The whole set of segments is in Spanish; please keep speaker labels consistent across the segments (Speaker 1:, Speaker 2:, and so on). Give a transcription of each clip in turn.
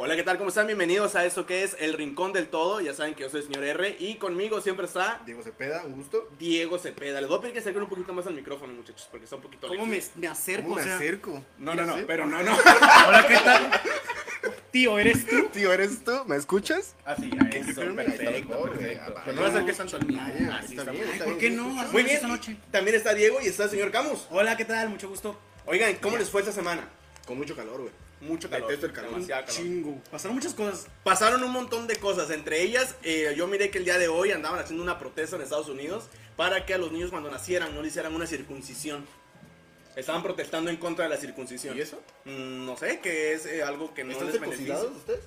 Speaker 1: Hola, ¿qué tal? ¿Cómo están? Bienvenidos a esto que es El Rincón del Todo. Ya saben que yo soy el señor R y conmigo siempre está
Speaker 2: Diego Cepeda, un gusto.
Speaker 1: Diego Cepeda. Les voy a pedir que se acerquen un poquito más al micrófono, muchachos, porque está un poquito
Speaker 3: ¿Cómo me,
Speaker 1: lejos.
Speaker 3: me acerco?
Speaker 2: ¿Cómo me
Speaker 3: O sea,
Speaker 2: acerco?
Speaker 1: No,
Speaker 2: ¿Me
Speaker 1: no, no,
Speaker 2: acerco?
Speaker 1: pero no, no.
Speaker 3: Hola, ¿qué tal? Tío, ¿eres tú?
Speaker 2: Tío, ¿eres tú? ¿Me escuchas?
Speaker 3: Ah,
Speaker 1: Así,
Speaker 2: ¿Qué?
Speaker 1: eso,
Speaker 2: Pero mira, está
Speaker 1: perfecto,
Speaker 2: mejor,
Speaker 1: perfecto.
Speaker 2: güey.
Speaker 1: Pero no me acerques tanto al mío.
Speaker 2: Ay,
Speaker 1: Así está
Speaker 2: Ah, está
Speaker 1: bien.
Speaker 2: bien.
Speaker 3: Ay, ¿Por qué no? Hazlo
Speaker 1: Muy
Speaker 3: esta
Speaker 1: bien,
Speaker 3: noche.
Speaker 1: también está Diego y está el señor Camus.
Speaker 3: Hola, ¿qué tal? Mucho gusto.
Speaker 1: Oigan, ¿cómo les fue esta semana?
Speaker 2: Con mucho calor, güey.
Speaker 1: Mucho calor.
Speaker 2: Detesto el calor.
Speaker 1: demasiado calor.
Speaker 3: Chingo. Pasaron muchas cosas.
Speaker 1: Pasaron un montón de cosas, entre ellas eh, yo miré que el día de hoy andaban haciendo una protesta en Estados Unidos para que a los niños cuando nacieran no le hicieran una circuncisión. Estaban protestando en contra de la circuncisión.
Speaker 2: ¿Y eso?
Speaker 1: Mm, no sé, que es eh, algo que no
Speaker 2: ¿Están
Speaker 1: les beneficia.
Speaker 2: circuncidados ustedes?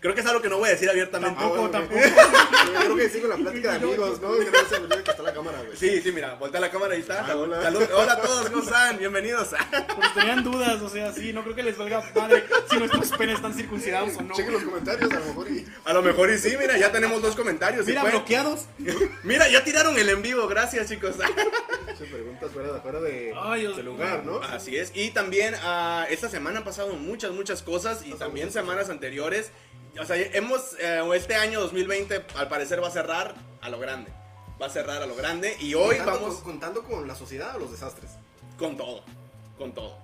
Speaker 1: Creo que es algo que no voy a decir abiertamente.
Speaker 2: Ah, bueno,
Speaker 3: tampoco.
Speaker 2: güey. Yo creo que sigo la plática de amigos, ¿no? Creo que se me olvida que está la cámara, güey.
Speaker 1: Sí, sí, mira, voltea la cámara ahí está.
Speaker 2: Ah,
Speaker 1: Salud,
Speaker 2: hola.
Speaker 1: salud. Hola a todos, ¿cómo están? Bienvenidos.
Speaker 3: Porque tenían dudas, o sea, sí, no creo que les valga madre si nuestros penes están circuncidados o no.
Speaker 2: Chequen los comentarios, a lo mejor. Y...
Speaker 1: A lo mejor y sí, mira, ya tenemos dos comentarios. y
Speaker 3: Mira,
Speaker 1: fue-
Speaker 3: bloqueados.
Speaker 1: Mira, ya tiraron el en vivo, gracias chicos.
Speaker 2: Se preguntas fuera de, fuera de,
Speaker 3: Ay, Dios
Speaker 2: de Este lugar, ¿no?
Speaker 1: Así es. Y también ah, esta semana han pasado muchas, muchas cosas y
Speaker 2: Pasado
Speaker 1: también
Speaker 2: muchas
Speaker 1: semanas anteriores. O sea, hemos, eh, este año 2020 al parecer va a cerrar a lo grande. Va a cerrar a lo grande y hoy
Speaker 2: Contando
Speaker 1: vamos
Speaker 2: con- contando con la sociedad o los desastres.
Speaker 1: con todo. Con todo.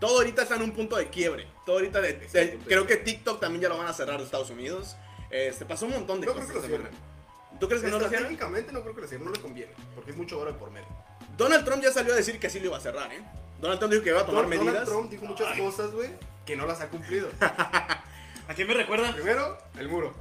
Speaker 1: Todo ahorita está en un punto de quiebre. Todo ahorita de- de-
Speaker 2: Exacto. pues.
Speaker 1: creo que TikTok también ya lo van a cerrar de Estados Unidos. Este, pasó un montón de
Speaker 2: No creo
Speaker 1: cosas.
Speaker 2: que lo
Speaker 1: esta
Speaker 2: cierren.
Speaker 1: semana. ¿Tú crees que no lo cierran?
Speaker 2: Estratégicamente no creo que les sirva, no les conviene, porque es mucho oro por medio.
Speaker 1: Donald Trump ya salió a decir que sí lo iba a cerrar, ¿eh? Donald Trump dijo que iba a tomar
Speaker 2: Don-
Speaker 1: medidas.
Speaker 2: Donald Trump dijo muchas cosas, güey, que no las ha cumplido.
Speaker 3: ¿A quién me recuerda?
Speaker 2: Primero, el muro.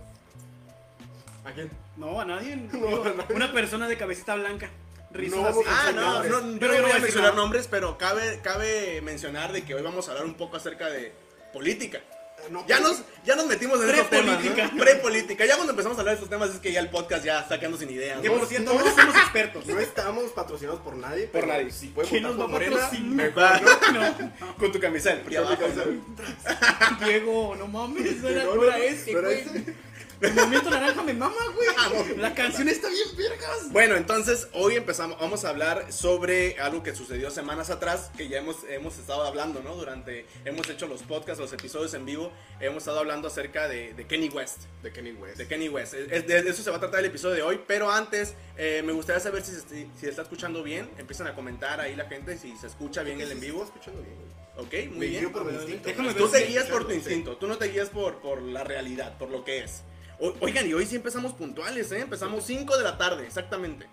Speaker 2: ¿A quién?
Speaker 3: No, a nadie.
Speaker 2: No, a nadie.
Speaker 3: Una persona de cabecita blanca.
Speaker 2: No,
Speaker 3: Rizada así.
Speaker 1: Ah,
Speaker 2: Sí,
Speaker 1: no,
Speaker 2: nombres.
Speaker 1: no, yo
Speaker 3: Pero
Speaker 1: no voy a
Speaker 3: decir
Speaker 1: mencionar
Speaker 3: nada.
Speaker 1: nombres, pero cabe, cabe mencionar de que hoy vamos a hablar un poco acerca de política.
Speaker 2: No,
Speaker 1: Ya nos, ya nos metimos en esos temas,
Speaker 3: Prepolítica.
Speaker 1: ¿no? Prepolítica. Ya cuando empezamos a hablar de estos temas es que ya el podcast ya está quedando sin ideas.
Speaker 3: Que
Speaker 1: ¿no?
Speaker 3: por cierto, no somos expertos.
Speaker 2: No estamos patrocinados por nadie.
Speaker 1: Por
Speaker 2: pero
Speaker 1: nadie.
Speaker 2: Si pueden
Speaker 3: ¿Quién
Speaker 2: votar
Speaker 3: nos va
Speaker 2: por
Speaker 3: a
Speaker 2: Morena,
Speaker 3: patrocinar?
Speaker 1: Va, ¿no?
Speaker 3: No,
Speaker 1: Con tu camisa del PRI abajo, ¿no?
Speaker 3: Diego, no mames, no era,
Speaker 2: No,
Speaker 3: no
Speaker 2: no,
Speaker 3: era
Speaker 2: no,
Speaker 3: ese,
Speaker 2: no era
Speaker 3: güey.
Speaker 2: ese.
Speaker 3: El movimiento naranja me mama,
Speaker 1: Ah,
Speaker 3: güey. La canción está bien vergas.
Speaker 1: Bueno, entonces hoy empezamos, vamos a hablar sobre algo que sucedió semanas atrás, que ya hemos, hemos estado hablando, ¿no? Durante, hemos hecho los podcasts, los episodios en vivo, hemos estado hablando acerca de, de Kenny West.
Speaker 2: De Kenny West.
Speaker 1: de Kenny West. Es- es- de eso se va a tratar el episodio de hoy, pero antes eh, me gustaría saber si se, esti- si se está escuchando bien. Empiezan a comentar ahí la gente si se escucha bien el en vivo.
Speaker 2: Escuchando bien, güey.
Speaker 1: Ok,
Speaker 2: Me
Speaker 1: muy bien.
Speaker 2: guío por mi instinto.
Speaker 3: Déjame
Speaker 1: Tú
Speaker 3: ver
Speaker 1: te
Speaker 3: si-
Speaker 1: guías por tu
Speaker 2: Sí.
Speaker 1: instinto, tú no te guías por, por la realidad, por lo que es. O- oigan, y hoy sí empezamos puntuales, ¿eh? Empezamos 5 de la tarde, exactamente.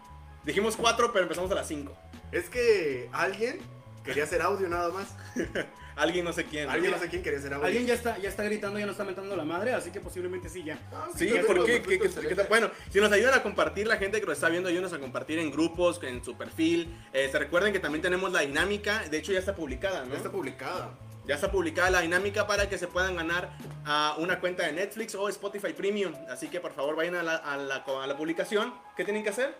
Speaker 1: Dijimos 4, pero empezamos a las 5.
Speaker 2: Es que alguien quería hacer audio nada más.
Speaker 1: Alguien no sé quién.
Speaker 2: Alguien no sé quién quería hacer audio.
Speaker 3: Alguien ya está, ya está gritando, ya nos está mentando la madre, así que posiblemente sí ya.
Speaker 2: Ah,
Speaker 1: Sí,
Speaker 2: yo
Speaker 1: ¿por
Speaker 2: tengo
Speaker 1: qué?
Speaker 2: los
Speaker 1: ¿Qué- qué-
Speaker 2: respetos,
Speaker 1: qué tal? Bueno, si nos ayudan a compartir, la gente que nos está viendo, ayúdenos a compartir en grupos, en su perfil. Eh, se recuerden que también tenemos la dinámica, de hecho ya está publicada, ¿no?
Speaker 2: Ya está publicada.
Speaker 1: Ya está publicada la dinámica para que se puedan ganar ah, una cuenta de Netflix o Spotify Premium. Así que por favor vayan a la, a la, a la publicación. ¿Qué tienen que hacer?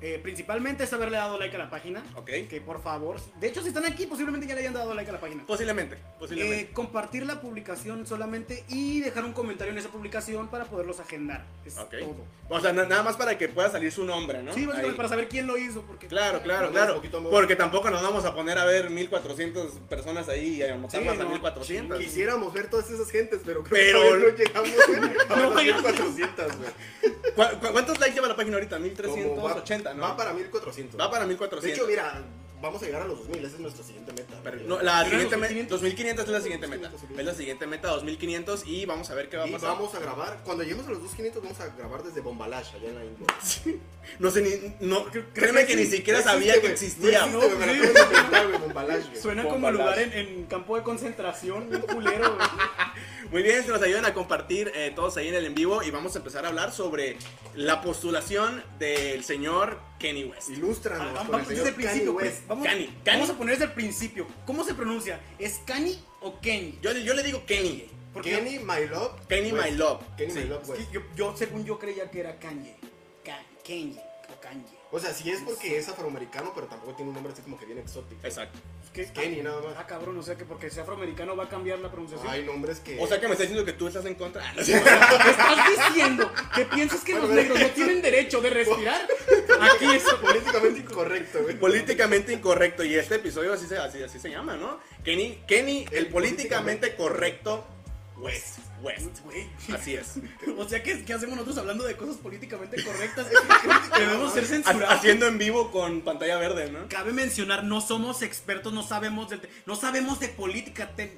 Speaker 3: Eh, principalmente es haberle dado like a la página.
Speaker 1: Ok.
Speaker 3: Que por favor, de hecho si están aquí posiblemente ya le hayan dado like a la página.
Speaker 1: Posiblemente, posiblemente.
Speaker 3: Eh, compartir la publicación solamente y dejar un comentario en esa publicación para poderlos agendar. Es
Speaker 1: Ok.
Speaker 3: todo.
Speaker 1: o sea, na- nada más para que pueda salir su nombre, ¿no?
Speaker 3: Sí, básicamente
Speaker 1: Ahí.
Speaker 3: para saber quién lo hizo. Porque...
Speaker 1: Claro, claro,
Speaker 2: Mandarles
Speaker 1: claro.
Speaker 2: poquito amor.
Speaker 1: Porque tampoco nos vamos a poner a ver 1400 personas ahí y a anotar
Speaker 3: Sí,
Speaker 1: más a
Speaker 3: no.
Speaker 1: 1400.
Speaker 2: Quisiéramos ver todas esas gentes, pero creo
Speaker 1: Pero-
Speaker 2: que todavía no llegamos güey, a
Speaker 3: No,
Speaker 2: las
Speaker 3: ya-
Speaker 2: 1400, güey.
Speaker 1: ¿Cu cu- cuántos likes lleva la página ahorita?
Speaker 2: Como va-
Speaker 1: 1380, ¿no?
Speaker 2: Va para 1400.
Speaker 1: Va para 1400.
Speaker 2: De hecho, mira, eh, vamos a llegar a los 2000, esa es nuestra siguiente meta.
Speaker 1: Pero
Speaker 2: güey.
Speaker 1: no, la
Speaker 3: Pero
Speaker 1: siguiente
Speaker 3: los
Speaker 1: meta,
Speaker 3: 2500.
Speaker 1: 2500 es la siguiente meta.
Speaker 2: 2500.
Speaker 1: Es la siguiente meta, 2500 y vamos a ver qué va a
Speaker 2: Y
Speaker 1: pasar.
Speaker 2: vamos a grabar, cuando lleguemos a los 2500 vamos a grabar desde Bombalash, allá en la India.
Speaker 1: No sé ni no créeme que ni siquiera sabía que existía.
Speaker 2: No
Speaker 3: No,
Speaker 2: existe, güey, me la acabo de inventar, güey, Bombalash, güey.
Speaker 3: Suena como
Speaker 1: Bombalas.
Speaker 3: lugar en, en campo de concentración, un culero. güey.
Speaker 1: Muy bien, se nos ayudan a compartir eh, todos ahí en el en vivo y vamos a empezar a hablar sobre la postulación del señor Kenny West.
Speaker 2: Ilústranos
Speaker 3: Ah,
Speaker 2: con el
Speaker 3: Vamos desde
Speaker 2: señor
Speaker 3: el principio,
Speaker 2: Kanye
Speaker 3: pues.
Speaker 2: West.
Speaker 3: Vamos,
Speaker 1: Kanye, Kanye.
Speaker 3: vamos a poner desde el principio. ¿Cómo se pronuncia? ¿Es Cani o Kenny?
Speaker 1: Yo, le- yo le digo Kenny.
Speaker 3: Porque
Speaker 2: Kenny My Love.
Speaker 1: Kenny
Speaker 2: West.
Speaker 1: My Love.
Speaker 2: Kenny My
Speaker 1: Sí.
Speaker 2: Love,
Speaker 3: es
Speaker 2: güey.
Speaker 3: que yo, yo, según yo creía que era Kanye. Ka- Kenny o Kanye.
Speaker 2: O sea, sí es porque es afroamericano, pero tampoco tiene un nombre así como que bien exótico.
Speaker 1: Exacto.
Speaker 3: ¿Qué?
Speaker 2: Kenny nada más.
Speaker 3: Ah, cabrón, o sea que porque sea afroamericano va a cambiar la pronunciación.
Speaker 2: Hay nombres que...
Speaker 1: O sea que me está diciendo que tú estás en contra. Ah, no sé.
Speaker 3: ¿Qué estás diciendo? ¿Que piensas que
Speaker 2: Bueno,
Speaker 3: los
Speaker 2: pero-
Speaker 3: negros no tienen derecho de respirar? Aquí es...
Speaker 2: políticamente incorrecto, güey.
Speaker 1: Políticamente incorrecto. Y este episodio así se, así, así se llama, ¿no? Kenny, Kenny el, políticamente correcto West. West. Así es.
Speaker 3: O sea, ¿qué, qué hacemos nosotros hablando de cosas políticamente correctas? Que Debemos ser
Speaker 1: Ha-
Speaker 3: censurados.
Speaker 1: Haciendo en vivo con pantalla verde, ¿no?
Speaker 3: Cabe mencionar, no somos expertos, no sabemos de, no sabemos de política. te-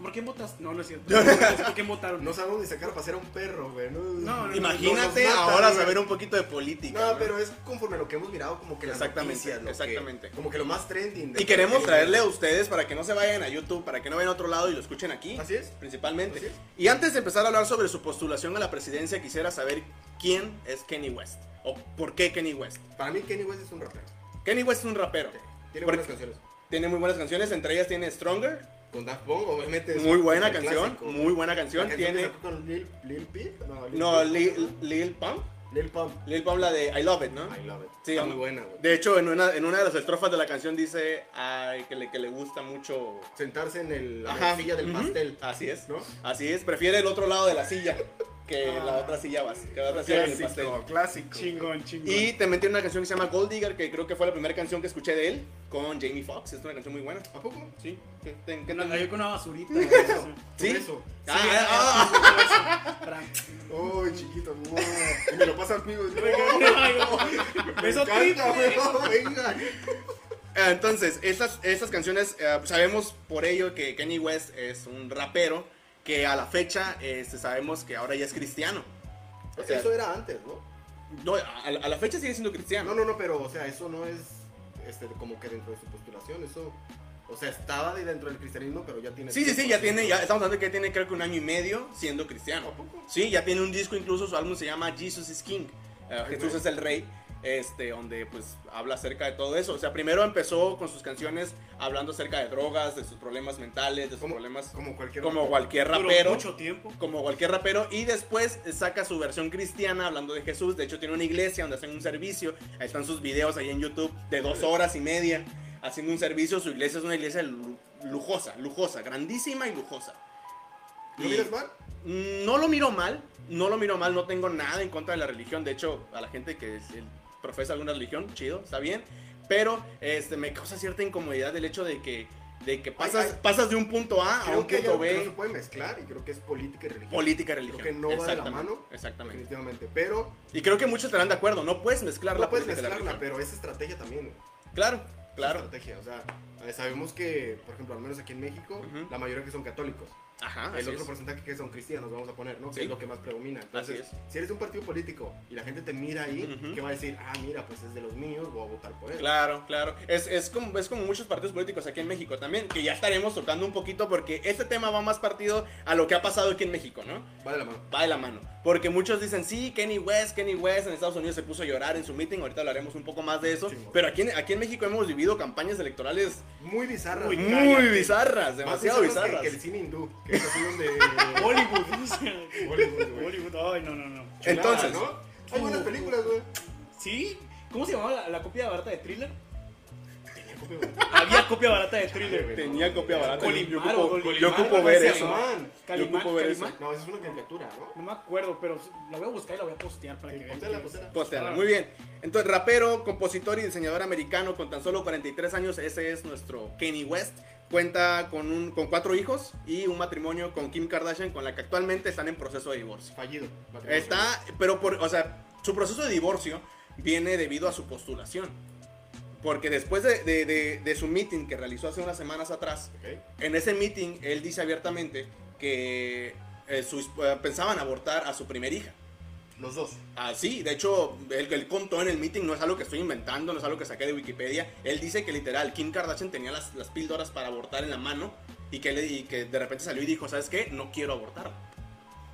Speaker 3: ¿Por quién votas? No, no es cierto. No sé ¿Por quién votaron?
Speaker 2: No sabemos ni sacar a pasear a un perro, güey. No,
Speaker 3: No, no,
Speaker 1: Imagínate
Speaker 2: Nos matan,
Speaker 1: ahora
Speaker 2: güey.
Speaker 1: saber un poquito de política.
Speaker 2: No,
Speaker 1: ¿no?
Speaker 2: pero es conforme a lo que hemos mirado, como que las
Speaker 1: Exactamente,
Speaker 2: noticias, lo que-
Speaker 1: exactamente.
Speaker 2: como que lo más trending. de-
Speaker 1: Y queremos traerle a ustedes para que no se vayan a YouTube, para que no vayan a otro lado y lo escuchen aquí.
Speaker 2: Así es.
Speaker 1: Principalmente.
Speaker 2: Así es.
Speaker 1: Y antes de empezar a hablar sobre su postulación a la presidencia, quisiera saber quién es Kenny West. O por qué Kenny West.
Speaker 2: Para mí Kenny West es un rapero.
Speaker 1: Kenny West es un rapero. Porque
Speaker 2: Tiene buenas canciones.
Speaker 1: Tiene muy buenas canciones, entre ellas tiene Stronger.
Speaker 2: Con Daft Punk, obviamente. es
Speaker 1: Muy
Speaker 2: un
Speaker 1: buena
Speaker 2: super
Speaker 1: canción.
Speaker 2: clásico.
Speaker 1: Muy buena canción.
Speaker 2: La canción que
Speaker 1: Tiene.
Speaker 2: sacó con Lil, Lil Peep? No, Lil
Speaker 1: No,
Speaker 2: Peep.
Speaker 1: Lil, Lil Pump.
Speaker 2: Lil Pump.
Speaker 1: Lil Pump la de I Love It, ¿no?
Speaker 2: I love it.
Speaker 1: Sí,
Speaker 2: Está
Speaker 1: am-
Speaker 2: muy buena, güey.
Speaker 1: De hecho, en una, en una de las estrofas de la canción dice ay, que, le, que le gusta mucho.
Speaker 2: Sentarse en el,
Speaker 1: Ajá.
Speaker 2: la silla del
Speaker 1: Ujú.
Speaker 2: pastel.
Speaker 1: Así es.
Speaker 2: ¿No?
Speaker 1: Así es, prefiere el otro lado de la silla que
Speaker 2: Ah.
Speaker 1: la otra silla vas. Que la otra silla del pastel.
Speaker 4: Clásico, clásico.
Speaker 3: Chingón, chingón.
Speaker 1: Y también tiene una canción que se llama Gold Digger, que creo que fue la primera canción que escuché de él con Jamie Foxx. Es una canción muy buena.
Speaker 2: ¿A poco?
Speaker 1: Sí. ¿Qué- qué- qué
Speaker 3: No,
Speaker 1: tal?
Speaker 3: yo con una basurita.
Speaker 1: ¿Sí?
Speaker 2: Por eso.
Speaker 1: Ah, ah, ah.
Speaker 2: Uy, chiquito, no. Y me lo pasa amigos. No, me
Speaker 3: Eso
Speaker 2: encanta, güey. No, venga.
Speaker 1: Ah, Entonces, esas, esas canciones, eh, sabemos por ello que Kanye West es un rapero que a la fecha este, sabemos que ahora ya es cristiano. O sea,
Speaker 2: eso era antes, ¿no?
Speaker 1: no, a, a la fecha sigue siendo cristiano.
Speaker 2: No, no, no, pero, o sea, eso no es este, como que dentro de su postulación. Eso, o sea, estaba de dentro del cristianismo, pero ya tiene.
Speaker 1: Sí, sí, sí,
Speaker 2: tiempo,
Speaker 1: ya
Speaker 2: ¿no?
Speaker 1: tiene, ya estamos hablando de que tiene creo que un año y medio siendo cristiano.
Speaker 2: ¿A poco?
Speaker 1: Sí, ya tiene un disco, incluso su álbum se llama Jesus is King, eh, Jesús
Speaker 2: güey.
Speaker 1: es el Rey, este, donde pues habla acerca de todo eso. O sea, primero empezó con sus canciones hablando acerca de drogas, de sus problemas mentales, de sus
Speaker 2: Como,
Speaker 1: problemas
Speaker 2: como cualquier.
Speaker 1: como cualquier
Speaker 3: Duró
Speaker 1: rapero.
Speaker 3: mucho tiempo.
Speaker 1: Como cualquier rapero, y después saca su versión cristiana hablando de Jesús. De hecho, tiene una iglesia donde hacen un servicio. Ahí están sus videos ahí en YouTube de dos horas y media haciendo un servicio. Su iglesia es una iglesia lu- lujosa, lujosa, grandísima y lujosa.
Speaker 2: ¿No
Speaker 1: Y-
Speaker 2: miras mal?
Speaker 1: no lo miro mal, no lo miro mal, no tengo nada en contra de la religión. De hecho, a la gente que es- el- profesa alguna religión, chido, está bien. Pero este, me causa cierta incomodidad el hecho de que, de que pasas,
Speaker 2: ay.
Speaker 1: pasas de un punto A a
Speaker 2: Creo
Speaker 1: un
Speaker 2: que ya
Speaker 1: punto
Speaker 2: no se
Speaker 1: B.
Speaker 2: puede mezclar y creo que es política y religión.
Speaker 1: Política y religión.
Speaker 2: Creo que no va de la
Speaker 1: Exactamente,
Speaker 2: mano.
Speaker 1: Exactamente.
Speaker 2: Definitivamente. Pero
Speaker 1: Y creo que muchos estarán de acuerdo. No puedes mezclar la
Speaker 2: no puedes
Speaker 1: política y la
Speaker 2: mezclarla,
Speaker 1: religión.
Speaker 2: pero es estrategia también. güey.
Speaker 1: Claro,
Speaker 2: Es
Speaker 1: claro.
Speaker 2: Estrategia, o sea, eh, sabemos que, por ejemplo, al menos aquí en México,
Speaker 1: Ujú.
Speaker 2: la mayoría que son católicos.
Speaker 1: Ajá,
Speaker 2: el
Speaker 1: así
Speaker 2: otro
Speaker 1: es.
Speaker 2: porcentaje que son cristianos, vamos a poner, ¿no? Que
Speaker 1: Sí.
Speaker 2: es lo que más predomina. Entonces,
Speaker 1: Así
Speaker 2: si eres un partido político y la gente te mira ahí,
Speaker 1: Ujú.
Speaker 2: que va a decir, ah, mira, pues es de los míos, voy a votar por él.
Speaker 1: Claro, claro. Es, es, como, es como muchos partidos políticos aquí en México también, que ya estaremos tocando un poquito porque este tema va más partido a lo que ha pasado aquí en México, ¿no?
Speaker 2: Va de la mano.
Speaker 1: va de la mano. Porque muchos dicen, sí, Kenny West, Kenny West en Estados Unidos se puso a llorar en su meeting, ahorita hablaremos un poco más de eso.
Speaker 2: Sí, bueno.
Speaker 1: Pero aquí en, aquí en México hemos vivido campañas electorales
Speaker 2: Muy bizarra.
Speaker 3: Uy,
Speaker 1: muy
Speaker 3: cállate.
Speaker 1: bizarras,
Speaker 2: Más
Speaker 1: demasiado
Speaker 2: bizarras que-
Speaker 1: bizarras.
Speaker 2: Que, el cine hindú, que es así donde...
Speaker 3: Hollywood. o sea,
Speaker 2: Hollywood, güey.
Speaker 3: Hollywood. Ay, no, no, no.
Speaker 1: Entonces,
Speaker 2: Chulada, ¿no? Hay buenas películas, güey.
Speaker 3: ¿Sí? ¿Cómo se llamaba la, la copia barata de Thriller? Había copia barata de Thriller.
Speaker 1: tenía copia barata.
Speaker 3: Colimaro,
Speaker 1: yo ocupo,
Speaker 3: Colimaro,
Speaker 1: yo ocupo ver
Speaker 3: se
Speaker 1: eso.
Speaker 3: llamaba.
Speaker 2: Calimán.
Speaker 1: Yo
Speaker 3: Calimán,
Speaker 1: ocupo ver
Speaker 3: Calimán.
Speaker 2: No, esa es una caricatura, ¿no?
Speaker 3: No me acuerdo, pero la voy a buscar y la voy a postear para que vean.
Speaker 2: Póntela,
Speaker 3: que-
Speaker 2: póntela.
Speaker 1: Postéala, muy bien. Entonces, rapero, compositor y diseñador americano con tan solo 43 años, ese es nuestro Kenny West. Cuenta con, un, con cuatro hijos y un matrimonio con Kim Kardashian, con la que actualmente están en proceso de divorcio.
Speaker 2: Fallido. matrimonio.
Speaker 1: Está, pero por, o sea, su proceso de divorcio viene debido a su postulación. Porque después de, de- de- de su meeting que realizó hace unas semanas atrás,
Speaker 2: Ok.
Speaker 1: en ese meeting él dice abiertamente que eh, su esp- eh, pensaban abortar a su primer hija.
Speaker 2: Los dos.
Speaker 1: Ah, sí, de hecho, él, él contó en el meeting, no es algo que estoy inventando, no es algo que saqué de Wikipedia. Él dice que literal, Kim Kardashian tenía las, las píldoras para abortar en la mano y que, le- y que de repente salió y dijo, ¿sabes qué? No quiero abortar.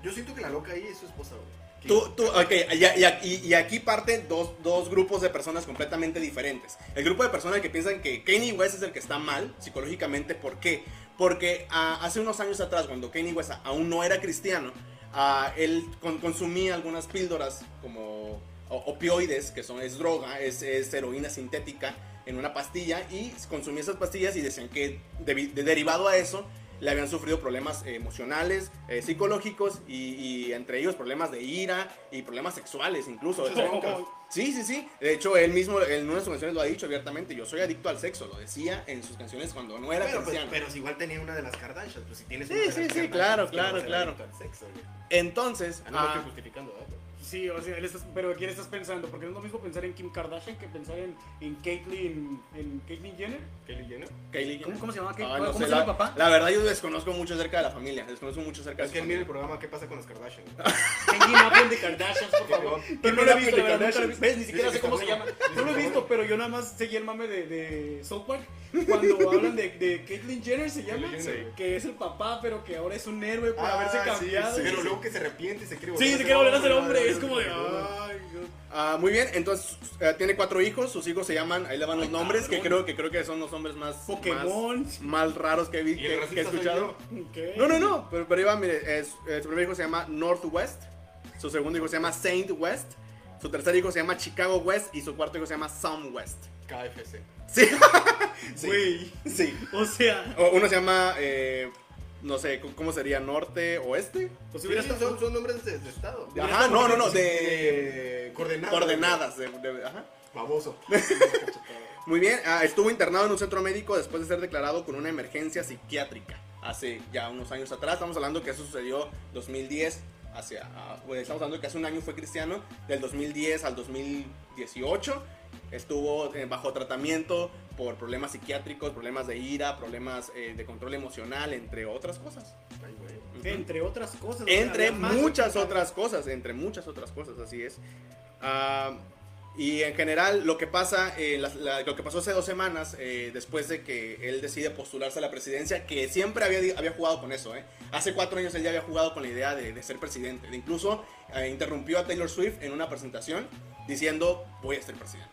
Speaker 2: Yo siento que la loca ahí es su esposa, güey.
Speaker 1: Tú, tú, ok, y, y- y- y aquí parten dos, dos grupos de personas completamente diferentes. El grupo de personas que piensan que Kanye West es el que está mal psicológicamente, ¿por qué? Porque ah, hace unos años atrás, cuando Kanye West aún no era cristiano, ah, él con- consumía algunas píldoras como o- opioides, que son, es droga, es, es heroína sintética, en una pastilla, y consumía esas pastillas y decían que debi- de- derivado a eso, le habían sufrido problemas eh, emocionales, eh, psicológicos y, y entre ellos problemas de ira y problemas sexuales incluso.
Speaker 2: Muchas
Speaker 1: O sea,
Speaker 2: broncas.
Speaker 1: Sí, sí, sí. De hecho, él mismo en una de sus canciones lo ha dicho abiertamente. Yo soy adicto al sexo, lo decía en sus canciones cuando no era
Speaker 2: Pero, pues,
Speaker 1: cristiano.
Speaker 2: pero si igual tenía una de las Kardashians, pues si tienes
Speaker 1: Sí,
Speaker 2: una de las
Speaker 1: sí, sí,
Speaker 2: Kardashians,
Speaker 1: claro,
Speaker 2: pues, ¿qué vas a
Speaker 1: claro,
Speaker 2: hacer
Speaker 1: claro.
Speaker 2: adicto al sexo, güey?
Speaker 1: Entonces,
Speaker 2: Ah, no me
Speaker 1: ah,
Speaker 2: estoy justificando, ¿eh? ¿verdad? Pero-
Speaker 3: Sí, o sea, él estás- pero ¿a quién estás pensando? Porque no es lo mismo pensar en Kim Kardashian que pensar en, en Caitlyn en Caitlyn Jenner.
Speaker 2: ¿Kelly Jenner?
Speaker 1: Kylie-
Speaker 3: ¿Cómo, cómo se llamaba? Caitlyn?
Speaker 1: Ah, no
Speaker 3: ¿Cómo
Speaker 1: sé,
Speaker 3: se
Speaker 1: la,
Speaker 3: llama papá?
Speaker 1: la verdad yo desconozco mucho acerca de la familia, desconozco mucho acerca
Speaker 2: Es
Speaker 1: de
Speaker 2: que
Speaker 1: su
Speaker 2: él mira el
Speaker 1: familia.
Speaker 2: programa ¿Qué pasa con las Kardashian?
Speaker 3: Hanging up on the Kardashians, por favor.
Speaker 2: Hanging
Speaker 3: Pero no lo he
Speaker 1: up
Speaker 3: visto,
Speaker 1: with
Speaker 3: la
Speaker 1: the
Speaker 3: verdad, nunca lo he visto. ¿Ves? Ni
Speaker 2: Dicen
Speaker 3: siquiera
Speaker 2: que
Speaker 3: sé cómo se
Speaker 2: está
Speaker 3: llama.
Speaker 2: bueno.
Speaker 3: No lo he visto, pero yo nada más seguí el mame de, de South Park. Cuando hablan de, de Caitlyn Jenner, se llama.
Speaker 2: Caitlyn Jenner.
Speaker 3: Que es el papá, pero que ahora es un héroe por haberse
Speaker 2: Ah, sí,
Speaker 3: cambiado.
Speaker 2: sí,
Speaker 3: Sí,
Speaker 2: pero luego que se arrepiente y se quiere
Speaker 3: se quiere volver a ser hombre. Es como de. Ay, Dios.
Speaker 1: Ah, muy bien, entonces eh, tiene cuatro hijos, sus hijos se llaman, ahí le van los nombres, que creo que creo que son los nombres más
Speaker 3: Pokémon.
Speaker 1: más, más raros que, vi,
Speaker 2: Y el
Speaker 1: que, que he
Speaker 2: racista soy
Speaker 1: escuchado.
Speaker 3: ¿Qué?
Speaker 1: No, no, no, pero, pero iba, mire, es- eh, su primer hijo se llama Northwest, su segundo hijo se llama Saint West, su tercer hijo se llama Chicago West y su cuarto hijo se llama Sam West.
Speaker 2: KFC.
Speaker 1: Sí,
Speaker 3: Güey.
Speaker 1: sí.
Speaker 3: O sea.
Speaker 1: O- uno se llama, eh, no sé, ¿cómo sería? ¿Norte? Este? ¿Oeste?
Speaker 3: Pues
Speaker 2: Sí,
Speaker 3: hubiera
Speaker 2: son,
Speaker 3: estado-
Speaker 2: son nombres de, de estado.
Speaker 1: Ajá, no, no, no, de-
Speaker 2: de coordenadas.
Speaker 1: Coordenadas. de- de- ajá.
Speaker 2: Baboso.
Speaker 1: Muy bien, ah, estuvo internado en un centro médico después de ser declarado con una emergencia psiquiátrica hace ya unos años atrás. Estamos hablando que eso sucedió 2010 hacia, ah, pues, estamos hablando que hace un año fue cristiano, del 2010 al 2018 estuvo eh, bajo tratamiento por problemas psiquiátricos, problemas de ira, problemas eh, de control emocional, entre otras cosas.
Speaker 2: Ay, güey.
Speaker 1: Ujú.
Speaker 3: Entre otras cosas. o sea,
Speaker 1: Entre
Speaker 3: había más.
Speaker 1: muchas otras cosas, entre muchas otras cosas, así es. Ah, y en general, lo que pasa, eh, las- la- lo que pasó hace dos semanas, eh, después de que él decide postularse a la presidencia, que siempre había, di- había jugado con eso, ¿eh? Hace cuatro años él ya había jugado con la idea de, de ser presidente. De incluso eh, interrumpió a Taylor Swift en una presentación diciendo, voy a ser presidente.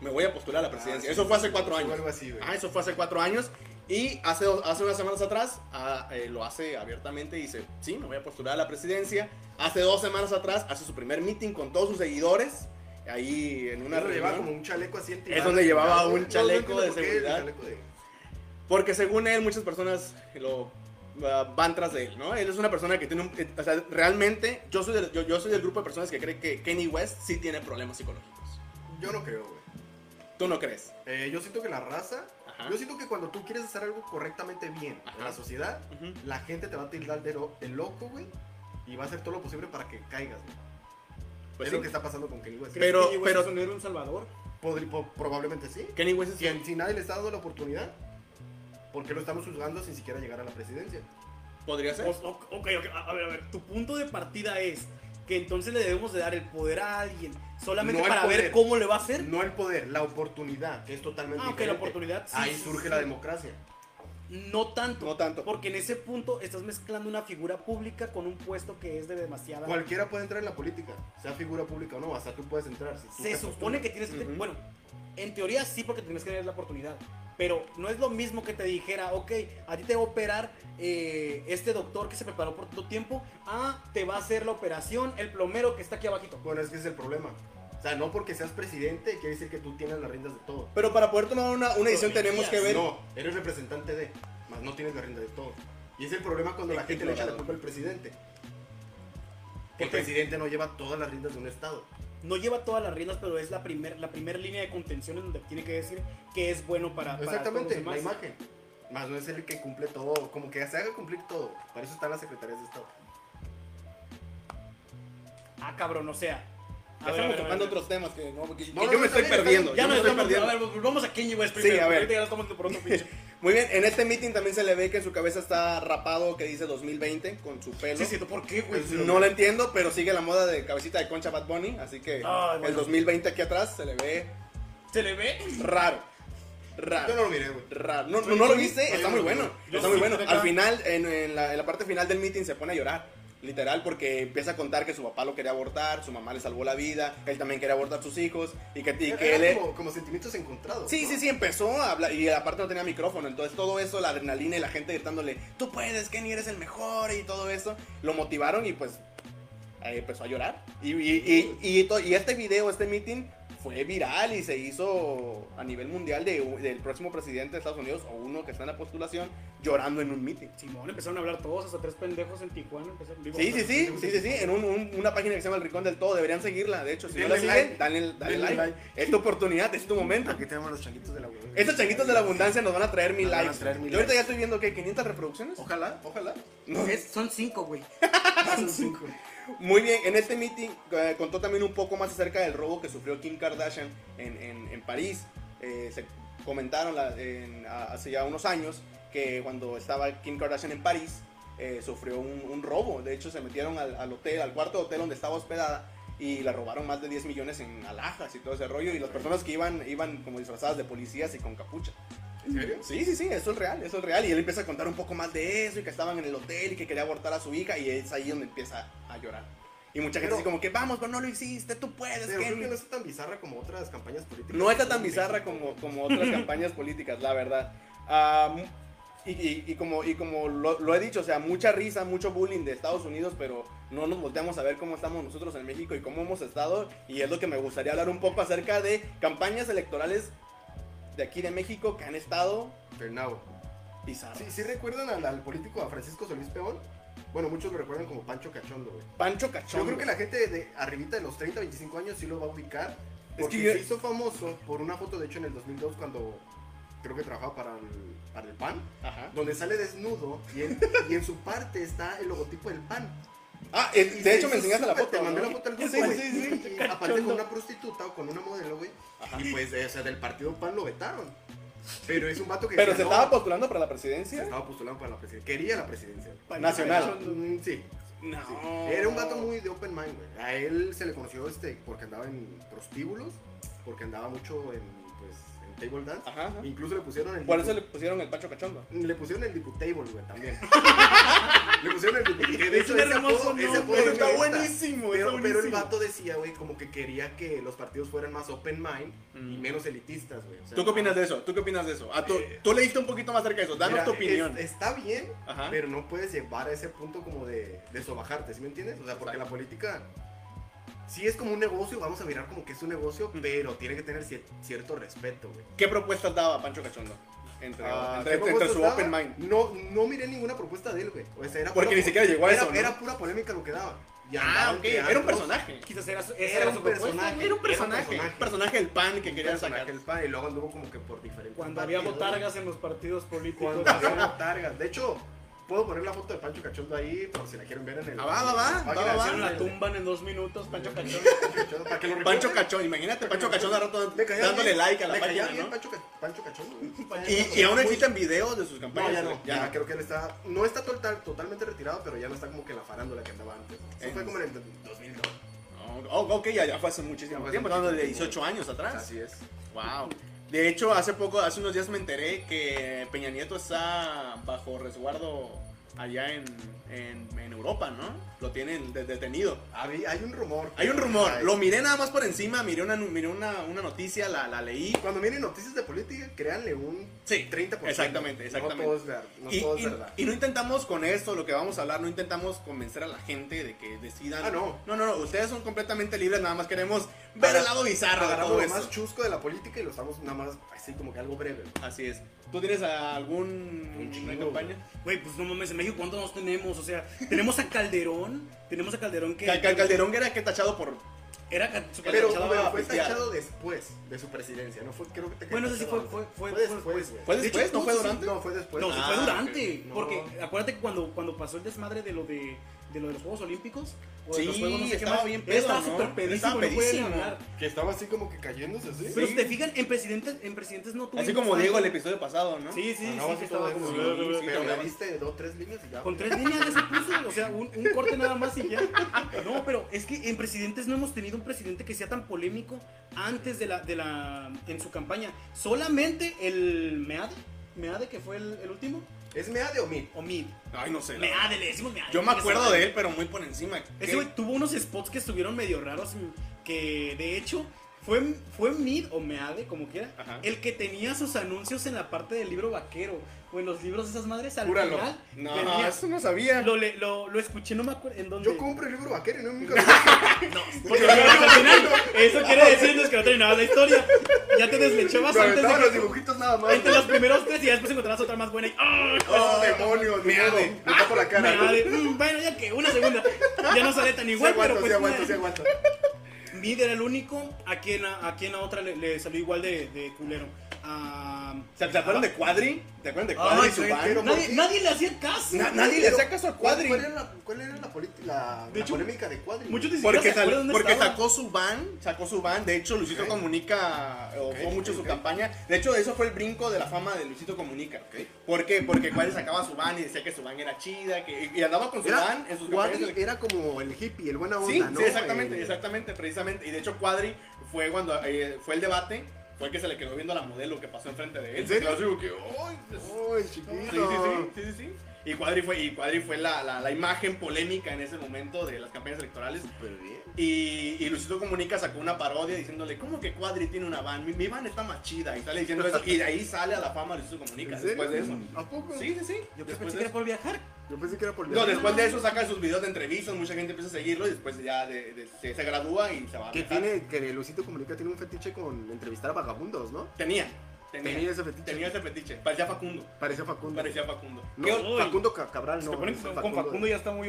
Speaker 1: Me voy a postular a la presidencia.
Speaker 2: Ah, sí,
Speaker 1: eso fue hace cuatro
Speaker 2: sí,
Speaker 1: años.
Speaker 2: Algo así, güey.
Speaker 1: Ah, eso fue hace cuatro años. Y hace, dos- hace unas semanas atrás ah, eh, lo hace abiertamente y dice, sí, me voy a postular a la presidencia. Hace dos semanas atrás hace su primer meeting con todos sus seguidores. Ahí en una
Speaker 2: Uno llevaba como
Speaker 1: reunión.
Speaker 2: un chaleco así en
Speaker 1: Es donde llevaba un
Speaker 2: No, no
Speaker 1: chaleco
Speaker 2: entiendo
Speaker 1: de
Speaker 2: por qué,
Speaker 1: seguridad.
Speaker 2: un chaleco de-
Speaker 1: Porque según él, muchas personas lo ah, van tras de él, ¿no? Él es una persona que tiene un... eh, o sea, realmente, yo soy, del, yo, yo soy del grupo de personas que cree que Kenny West sí tiene problemas psicológicos.
Speaker 2: Yo no creo, güey.
Speaker 1: ¿Tú no crees?
Speaker 2: Eh, yo siento que la raza.
Speaker 1: Ajá.
Speaker 2: Yo siento que cuando tú quieres hacer algo correctamente bien
Speaker 1: Ajá.
Speaker 2: en la sociedad,
Speaker 1: Ujú.
Speaker 2: la gente te va a tildar de, lo- de loco, güey. Y va a hacer todo lo posible para que caigas, güey.
Speaker 1: Pues
Speaker 2: es
Speaker 1: sí.
Speaker 2: lo que está pasando con Kenny West.
Speaker 1: Pero-
Speaker 3: Pero, pero.
Speaker 1: pero-
Speaker 3: Es un héroe, un salvador.
Speaker 2: Podri- po- probablemente sí.
Speaker 1: Kenny West es...
Speaker 2: Si, en- si nadie le está dando la oportunidad, ¿por qué lo estamos juzgando sin siquiera llegar a la presidencia?
Speaker 1: ¿Podría ser?
Speaker 3: O- o- Pues, ok, ok, a a ver, a ver, tu punto de partida es que entonces le debemos de dar el poder a alguien solamente
Speaker 2: No el
Speaker 3: para ver
Speaker 2: poder.
Speaker 3: cómo le va a hacer.
Speaker 2: No el poder, la oportunidad, que es totalmente
Speaker 3: Ah, ok, la
Speaker 2: diferente.
Speaker 3: oportunidad. sí,
Speaker 2: Ahí
Speaker 3: sí,
Speaker 2: surge
Speaker 3: sí.
Speaker 2: la democracia.
Speaker 3: No tanto.
Speaker 1: No tanto.
Speaker 3: Porque en ese punto estás mezclando una figura pública con un puesto que es de demasiada.
Speaker 2: Cualquiera puede entrar en la política, sea figura pública o no, hasta tú puedes entrar. Si tú
Speaker 3: Se
Speaker 2: te
Speaker 3: supone
Speaker 2: postulas.
Speaker 3: que tienes que.
Speaker 1: Ujú.
Speaker 3: Bueno, en teoría sí, porque tienes que tener la oportunidad. Pero no es lo mismo que te dijera, ok, a ti te va a operar eh, este doctor que se preparó por tanto tiempo. Ah, te va a hacer la operación el plomero que está aquí abajito.
Speaker 2: Bueno, es que ese es el problema. O sea, no porque seas presidente quiere decir que tú tienes las riendas de todo.
Speaker 1: Pero para poder tomar una, una decisión tenemos que ver...
Speaker 2: No, eres representante de, más no tienes la rienda de todo. Y es el problema cuando la
Speaker 1: Qué
Speaker 2: gente le echa la
Speaker 1: ignorado.
Speaker 2: culpa al presidente.
Speaker 3: ¿Por
Speaker 2: El
Speaker 3: qué?
Speaker 2: presidente no lleva todas las riendas de un estado.
Speaker 3: no lleva todas las riendas, pero es la primer, la primer línea de contención en donde tiene que decir que es bueno
Speaker 4: Ah,
Speaker 3: para, para
Speaker 2: Exactamente,
Speaker 3: todos los
Speaker 2: la
Speaker 3: demás.
Speaker 2: imagen. Más no es el que cumple todo, como que se haga cumplir todo. Para eso están las secretarías de Estado.
Speaker 3: Ah, cabrón, o sea.
Speaker 1: Ya
Speaker 3: A ver,
Speaker 1: estamos
Speaker 3: a ver,
Speaker 1: tocando
Speaker 3: a ver.
Speaker 1: otros temas que, no, que- que
Speaker 2: No, no,
Speaker 1: yo
Speaker 2: no,
Speaker 1: me
Speaker 2: está
Speaker 1: estoy
Speaker 2: bien, está
Speaker 1: perdiendo.
Speaker 2: bien.
Speaker 1: yo
Speaker 3: Ya
Speaker 1: me
Speaker 3: no
Speaker 1: estoy
Speaker 3: estamos
Speaker 1: perdiendo.
Speaker 3: a ver, vamos a Kenny West
Speaker 1: Sí,
Speaker 3: primero.
Speaker 1: a ver.
Speaker 3: ahorita Ya estamos yendo por otro pinche.
Speaker 1: Muy bien, en este meeting también se le ve que en su cabeza está rapado que dice 2020 con su pelo.
Speaker 3: Sí, siento, ¿por qué, güey?
Speaker 1: Pues, no lo entiendo, pero sigue la moda de cabecita de concha Bad Bunny, así que
Speaker 3: Ay, bueno.
Speaker 1: el 2020 aquí atrás se le ve
Speaker 3: ¿Se le ve?
Speaker 1: raro.
Speaker 2: Yo
Speaker 1: Raro.
Speaker 2: no lo miré, güey.
Speaker 1: Raro. No,
Speaker 3: Sí,
Speaker 1: no, no lo
Speaker 3: sí,
Speaker 1: viste,
Speaker 2: sí,
Speaker 1: está
Speaker 2: yo
Speaker 1: muy
Speaker 2: lo
Speaker 1: bueno.
Speaker 3: vi. Yo
Speaker 1: Está
Speaker 3: sí,
Speaker 1: muy bueno.
Speaker 3: de acá.
Speaker 1: Al final, en, en la, en la parte final del meeting se pone a llorar. Literal, porque empieza a contar que su papá lo quería abortar, su mamá le salvó la vida, él también quería abortar a sus hijos, y que, y
Speaker 2: Era-
Speaker 1: que él. e-
Speaker 2: era como, como sentimientos encontrados.
Speaker 1: Sí,
Speaker 2: ¿no?
Speaker 1: sí, sí, empezó a hablar y aparte no tenía micrófono, entonces todo eso, la adrenalina y la gente gritándole, tú puedes, Kenny, eres el mejor y todo eso, lo motivaron y pues eh, empezó a llorar. Y, y, y, y to- y este video, este meeting, fue viral y se hizo a nivel mundial de, del próximo presidente de Estados Unidos o uno que está en la postulación llorando en un meeting.
Speaker 3: Simón, empezaron a hablar todos, hasta tres pendejos en Tijuana. Empezaron, digo,
Speaker 1: Sí, sí, sí,
Speaker 3: tres pendejos
Speaker 1: sí,
Speaker 3: en
Speaker 1: sí, sí, en un- un- una página que se llama El Rincón del Todo, deberían seguirla, de hecho, si no la
Speaker 2: Denle
Speaker 1: siguen,
Speaker 2: like.
Speaker 1: dale, dale
Speaker 2: Denle
Speaker 1: like. Es tu oportunidad, es tu momento.
Speaker 4: Aquí tenemos los changuitos de la abundancia.
Speaker 1: Estos changuitos de la abundancia nos van a traer mil
Speaker 4: Nos van a
Speaker 1: likes.
Speaker 4: traer mil
Speaker 1: Yo
Speaker 4: likes.
Speaker 1: ahorita ya estoy viendo que 500 reproducciones.
Speaker 4: Ojalá, ojalá.
Speaker 1: No,
Speaker 4: Es- son cinco, güey. Son cinco.
Speaker 1: Muy bien, en este meeting eh, contó también un poco más acerca del robo que sufrió Kim Kardashian en, en- en París. Eh, se comentaron la- en- a- hace ya unos años que cuando estaba Kim Kardashian en París eh, sufrió un, un robo. De hecho, se metieron al, al hotel, al cuarto de hotel donde estaba hospedada y la robaron más de 10 millones en alhajas y todo ese rollo. Y las personas que iban iban como disfrazadas de policías y con capucha.
Speaker 2: ¿En serio?
Speaker 1: Sí, sí, sí, eso es real, eso es real. Y él empieza a contar un poco más de eso y que estaban en el hotel y que quería abortar a su hija y es ahí donde empieza a llorar. Y mucha gente
Speaker 2: Pero-
Speaker 1: así como que, vamos, pero no lo hiciste, tú puedes,
Speaker 2: Pero creo
Speaker 1: Kenny".
Speaker 2: que no está tan bizarra como otras campañas políticas.
Speaker 1: No está tan bizarra como, como otras campañas políticas, la verdad. Ah, mu- y, y- y como, y como lo, lo he dicho, o sea, mucha risa, mucho bullying de Estados Unidos, pero no nos volteamos a ver cómo estamos nosotros en México y cómo hemos estado. Y es lo que me gustaría hablar un poco acerca de campañas electorales de aquí de México que han estado
Speaker 2: Fernao.
Speaker 1: bizarras.
Speaker 2: Sí, sí recuerdan al, al político a Francisco Solís Peón. Bueno, muchos lo recuerdan como Pancho Cachondo, güey.
Speaker 1: Pancho Cachón.
Speaker 2: Yo creo que
Speaker 1: güey.
Speaker 2: la gente de arribita de los 30, 25 años sí lo va a ubicar.
Speaker 1: que
Speaker 2: Porque
Speaker 1: yo-
Speaker 2: se hizo famoso por una foto, de hecho, en el 2002 cuando creo que trabajaba para el, para el PAN,
Speaker 1: Ajá.
Speaker 2: donde sale desnudo y en, y en su parte está el logotipo del PAN.
Speaker 1: Ah, eh,
Speaker 2: Y
Speaker 1: de
Speaker 2: se
Speaker 1: hecho me
Speaker 2: hizo
Speaker 1: enseñaste la
Speaker 2: súper-
Speaker 1: foto.
Speaker 2: Te mandé
Speaker 1: ¿no?
Speaker 2: la foto al
Speaker 1: Sí,
Speaker 2: grupo,
Speaker 1: sí,
Speaker 2: güey.
Speaker 1: sí. sí.
Speaker 2: Y Aparte con una prostituta o con una modelo, güey.
Speaker 1: Ajá.
Speaker 2: Y pues, eh, o sea, del partido PAN lo vetaron. Pero es un vato que...
Speaker 1: Pero se
Speaker 2: decía,
Speaker 1: estaba
Speaker 2: "No,
Speaker 1: postulando para la
Speaker 2: se
Speaker 1: presidencia.
Speaker 2: estaba postulando para la presidencia. Quería la presidencia.
Speaker 1: Nacional.
Speaker 2: Mm, Sí.
Speaker 1: No.
Speaker 2: Sí. Era un vato muy de open mind, güey. A él se le conoció este porque andaba en prostíbulos, porque andaba mucho en, pues, en table dance.
Speaker 1: Ajá. ajá.
Speaker 2: Incluso le pusieron el
Speaker 1: Por eso le pusieron el Pancho Cachondo.
Speaker 2: dipu- le pusieron el diputable, güey, también. le pusieron el diputable. que De
Speaker 3: Es
Speaker 2: hecho,
Speaker 3: un
Speaker 2: ese
Speaker 3: hermoso
Speaker 2: apodo, ese
Speaker 3: nombre,
Speaker 2: apodo me gusta.
Speaker 1: está
Speaker 2: Pero, pero el
Speaker 1: buenísimo.
Speaker 2: vato decía, güey, como que quería que los partidos fueran más open mind y
Speaker 1: Mm.
Speaker 2: menos elitistas, güey. O sea,
Speaker 1: ¿Tú qué opinas de eso? ¿Tú qué opinas de eso? Ah, tú,
Speaker 2: Eh,
Speaker 1: tú leíste un poquito más acerca de eso. Danos
Speaker 2: mira,
Speaker 1: tu opinión.
Speaker 2: es- está bien,
Speaker 1: Ajá.
Speaker 2: pero no puedes llevar a ese punto como de, de sobajarte, ¿sí me entiendes? O sea, porque la política sí es como un negocio, vamos a mirar como que es un negocio, pero tiene que tener cier- cierto respeto, güey.
Speaker 1: ¿Qué propuestas daba Pancho Cachondo? Entre,
Speaker 2: Ah,
Speaker 1: entre-
Speaker 2: ¿qué
Speaker 1: entre su
Speaker 2: propuestas
Speaker 1: open
Speaker 2: daba?
Speaker 1: mind.
Speaker 2: No, no miré ninguna propuesta de él, güey. O sea, era
Speaker 1: Porque
Speaker 2: pura
Speaker 1: ni
Speaker 2: po-
Speaker 1: siquiera llegó a
Speaker 2: era,
Speaker 1: eso, ¿no?
Speaker 2: era pura polémica lo que daba. Y
Speaker 1: Ah,
Speaker 2: andaban
Speaker 1: ok.
Speaker 2: creando-
Speaker 1: Era un personaje.
Speaker 3: Quizás era, su- esa
Speaker 2: Era
Speaker 3: era
Speaker 2: un
Speaker 3: su propuesta.
Speaker 2: personaje.
Speaker 1: Era un personaje.
Speaker 2: personaje.
Speaker 1: Un personaje del pan que
Speaker 2: un
Speaker 1: querían
Speaker 2: personaje
Speaker 1: sacar.
Speaker 2: del PAN, y luego anduvo como que por diferentes
Speaker 3: Cuando había
Speaker 2: partidos.
Speaker 3: botargas en los partidos políticos.
Speaker 2: Cuando había botargas. De hecho, puedo poner la foto de Pancho Cachondo ahí por si la quieren ver en el.
Speaker 1: Ah, va, va, va,
Speaker 2: en la
Speaker 1: va,
Speaker 2: página
Speaker 1: va,
Speaker 2: de-
Speaker 1: va.
Speaker 3: la tumban en dos minutos, Pancho Cachón.
Speaker 2: Para que lo
Speaker 1: Pancho
Speaker 2: recuerden.
Speaker 1: Cachón, imagínate Pancho Cachón de rato
Speaker 2: Le caía
Speaker 1: dándole
Speaker 2: bien,
Speaker 1: like a la
Speaker 2: le caía
Speaker 1: página,
Speaker 2: bien
Speaker 1: ¿no?
Speaker 2: Pancho, Ca- Pancho Cachón.
Speaker 1: Y, y aún existen videos de sus
Speaker 2: No,
Speaker 1: campañas. ¿eh?
Speaker 2: ya
Speaker 1: güey.
Speaker 2: no. Ya, creo que él está. No está total, totalmente retirado, pero ya no está como que en la farándula que andaba antes. Eso
Speaker 1: En-
Speaker 2: fue como en el 2002.
Speaker 1: Oh, ok, ya, ya fue hace muchísimo
Speaker 2: Ya fue hace
Speaker 1: tiempo,
Speaker 2: muchísimo
Speaker 1: hablando de
Speaker 2: tiempo.
Speaker 1: 18 años atrás.
Speaker 2: Así es.
Speaker 1: Wow. De hecho, hace poco, hace unos días me enteré que Peña Nieto está bajo resguardo allá en, en, en Europa, ¿no? Lo tienen de- detenido.
Speaker 2: Habí- hay un rumor.
Speaker 1: Hay un rumor,
Speaker 2: Ay,
Speaker 1: lo miré nada más por encima, miré una, miré una, una noticia, la, la leí.
Speaker 2: Cuando miren noticias de política, créanle un
Speaker 1: Sí,
Speaker 2: 30%.
Speaker 1: exactamente, exactamente.
Speaker 2: No todo es ver- no
Speaker 1: y,
Speaker 2: todo es
Speaker 1: y-
Speaker 2: verdad.
Speaker 1: y no intentamos con esto, lo que vamos a hablar, no intentamos convencer a la gente de que decidan.
Speaker 2: Ah, no.
Speaker 1: No, no, no, ustedes son completamente libres, nada más queremos ver
Speaker 2: Agar-
Speaker 1: el lado bizarro de
Speaker 2: Agarramos
Speaker 1: todo
Speaker 2: lo
Speaker 1: eso.
Speaker 2: más chusco de la política y lo estamos nada más así como que algo breve.
Speaker 1: Así es. ¿Tú tienes algún
Speaker 2: Un chingo,
Speaker 1: una campaña?
Speaker 3: Güey, pues no mames, en México, ¿cuántos nos tenemos? O sea, tenemos a Calderón. Tenemos a Calderón que.
Speaker 1: Cal- Cal- Calderón era que tachado por
Speaker 3: Era ca- su
Speaker 2: Pero,
Speaker 1: Pero
Speaker 3: Calderón.
Speaker 2: pero fue
Speaker 1: pistear.
Speaker 2: tachado después de su presidencia, ¿no? Fue, creo que te
Speaker 3: Bueno, eso sí fue- fue- fue- fue
Speaker 2: después, güey.
Speaker 1: ¿Fue
Speaker 2: De hecho,
Speaker 1: después? ¿No fue
Speaker 2: justo sí-
Speaker 1: durante?
Speaker 2: No, fue después.
Speaker 3: No,
Speaker 1: Ah,
Speaker 3: sí fue durante.
Speaker 1: ok.
Speaker 2: No.
Speaker 3: Porque acuérdate que cuando, cuando pasó el desmadre de lo de, de lo de los Juegos Olímpicos. o de
Speaker 1: Sí,
Speaker 3: los Juegos no sé qué
Speaker 1: estaba
Speaker 3: más,
Speaker 1: bien
Speaker 3: él
Speaker 1: pedo,
Speaker 3: Estaba
Speaker 1: ¿no?
Speaker 3: súper pedísimo,
Speaker 1: Estaba
Speaker 3: no podía ni
Speaker 1: pedísimo.
Speaker 3: hablar.
Speaker 2: Que estaba así como que cayéndose así.
Speaker 3: Pero si te fijan, en presidentes, en presidentes no tuvo.
Speaker 1: Así como
Speaker 3: tanto-
Speaker 1: Diego el episodio pasado, Ah, ¿no?
Speaker 3: Sí, sí,
Speaker 2: Andaba
Speaker 3: sí,
Speaker 2: así
Speaker 3: que
Speaker 2: todo
Speaker 3: estaba como.
Speaker 2: así,
Speaker 1: sí, sí,
Speaker 2: Pero
Speaker 1: sí,
Speaker 2: le
Speaker 1: sí.
Speaker 2: diste dos, tres líneas y ya.
Speaker 3: Con tres líneas ya se puso, o sea, un, un corte nada más y ya. No, pero es que en presidentes no hemos tenido un presidente que sea tan polémico antes de la, de la, en su campaña. Solamente el Meade, Meade que fue el, el último,
Speaker 2: ¿Es mea de o mid?
Speaker 3: o Mid.
Speaker 1: Ay, no sé. la verdad.
Speaker 3: Meade, le decimos Meade.
Speaker 1: Yo me acuerdo de
Speaker 3: él
Speaker 1: él, pero muy por encima. ¿Qué?
Speaker 3: Ese güey tuvo unos spots que estuvieron medio raros, que de hecho Fue, fue Mid o Meade, como quiera,
Speaker 1: Ajá.
Speaker 3: el que tenía sus anuncios en la parte del libro vaquero o en los libros de esas madres. Al
Speaker 2: Júralo.
Speaker 3: final,
Speaker 1: No,
Speaker 3: venía-
Speaker 1: eso no sabía.
Speaker 3: lo, le- lo, lo escuché, no me acuerdo en dónde.
Speaker 2: Yo compro el libro vaquero y no nunca lo
Speaker 3: Porque lo vimos al final. Eso quiere decirnos que no terminaba la historia. Ya te deslechabas
Speaker 2: Lo
Speaker 3: antes de
Speaker 2: aventaba los
Speaker 3: que.
Speaker 2: dibujitos nada más.
Speaker 3: Entre los primeros tres y ya después encontrarás otra más buena y. ¡ah!
Speaker 2: ¡Oh, demonios!
Speaker 1: Me
Speaker 2: Me
Speaker 1: arde.
Speaker 2: arde. Me por la cara.
Speaker 3: Me vale. Mm, Bueno, ya que una segunda. Ya no sale tan
Speaker 2: Sí
Speaker 3: igual,
Speaker 2: aguanto,
Speaker 3: pero
Speaker 2: sí
Speaker 3: pues.
Speaker 2: aguanto, sí aguanto.
Speaker 3: Mid era el único a quien a, a quien a otra le, le salió igual de, de culero. Ah,
Speaker 1: ¿Se, se acuerdan de Cuadri? ¿Se acuerdan de Cuadri
Speaker 2: Ay,
Speaker 1: y su
Speaker 2: Ah, soy
Speaker 1: band?
Speaker 2: entero.
Speaker 3: nadie, nadie le hacía caso.
Speaker 1: Na- nadie le hacía caso a
Speaker 2: ¿Cuál,
Speaker 1: Cuadri.
Speaker 2: cuál era la, cuál era la, politi- la,
Speaker 3: De
Speaker 2: la
Speaker 3: hecho,
Speaker 2: polémica de Cuadri?
Speaker 3: Muchos ni siquiera
Speaker 1: Porque,
Speaker 3: se acuerdan
Speaker 1: sal-
Speaker 3: dónde
Speaker 1: porque
Speaker 3: estaba.
Speaker 1: sacó su van, sacó su van. De hecho, Luisito
Speaker 2: Ok.
Speaker 1: Comunica o
Speaker 2: Ok,
Speaker 1: fue mucho su
Speaker 2: ok.
Speaker 1: campaña. De hecho, eso fue el brinco de la fama de Luisito Comunica.
Speaker 2: Ok.
Speaker 1: ¿Por qué? Porque Cuadri sacaba su van y decía que su van era chida. Que, y andaba con su
Speaker 2: Era,
Speaker 1: van en sus
Speaker 2: Cuadri
Speaker 1: campañas de-
Speaker 2: era como el hippie, el buena onda,
Speaker 1: Sí,
Speaker 2: ¿no? Eh,
Speaker 1: sí, exactamente,
Speaker 2: El-
Speaker 1: exactamente, precisamente. Y de hecho, Cuadri fue cuando eh, fue el debate. Fue el que se le quedó viendo a la modelo que pasó enfrente de él.
Speaker 2: ¿En serio?
Speaker 1: Claro, digo que, "Ay, pues,
Speaker 2: ¡Ay,
Speaker 1: Sí,
Speaker 2: chiquito!
Speaker 1: sí, sí, sí, sí, sí. Y Cuadri fue, y Cuadri fue la, la- la imagen polémica en ese momento de las campañas electorales.
Speaker 2: Súper bien.
Speaker 1: Y, y Luisito Comunica sacó una parodia diciéndole, ¿cómo que Cuadri tiene una van? Mi, mi van está más chida. Y sale diciendo eso. Y de ahí sale a la fama Luisito Comunica
Speaker 2: ¿En serio?
Speaker 1: después de eso.
Speaker 2: ¿A poco?
Speaker 1: Sí, sí, sí.
Speaker 3: Yo
Speaker 1: Después
Speaker 3: pensé
Speaker 1: de
Speaker 3: que era
Speaker 1: eso.
Speaker 3: por viajar.
Speaker 2: Yo pensé que era por
Speaker 1: No, después de eso saca sus videos de entrevistas, mucha gente empieza a seguirlo y después ya de- de- se, se gradúa y se va a
Speaker 2: Que
Speaker 1: viajar.
Speaker 2: tiene, que Lucito Comunica tiene un fetiche con entrevistar a vagabundos, ¿no?
Speaker 1: Tenía,
Speaker 2: Tenía,
Speaker 1: tenía,
Speaker 2: ese fetiche.
Speaker 1: tenía ese fetiche. Parecía Facundo,
Speaker 2: Parecía Facundo.
Speaker 1: parecía Facundo.
Speaker 2: No,
Speaker 3: ¿Qué hoy?
Speaker 2: Facundo Ca- Cabral,
Speaker 3: Se
Speaker 2: no. pues,
Speaker 3: ponen
Speaker 2: es
Speaker 3: con, con Facundo ya está muy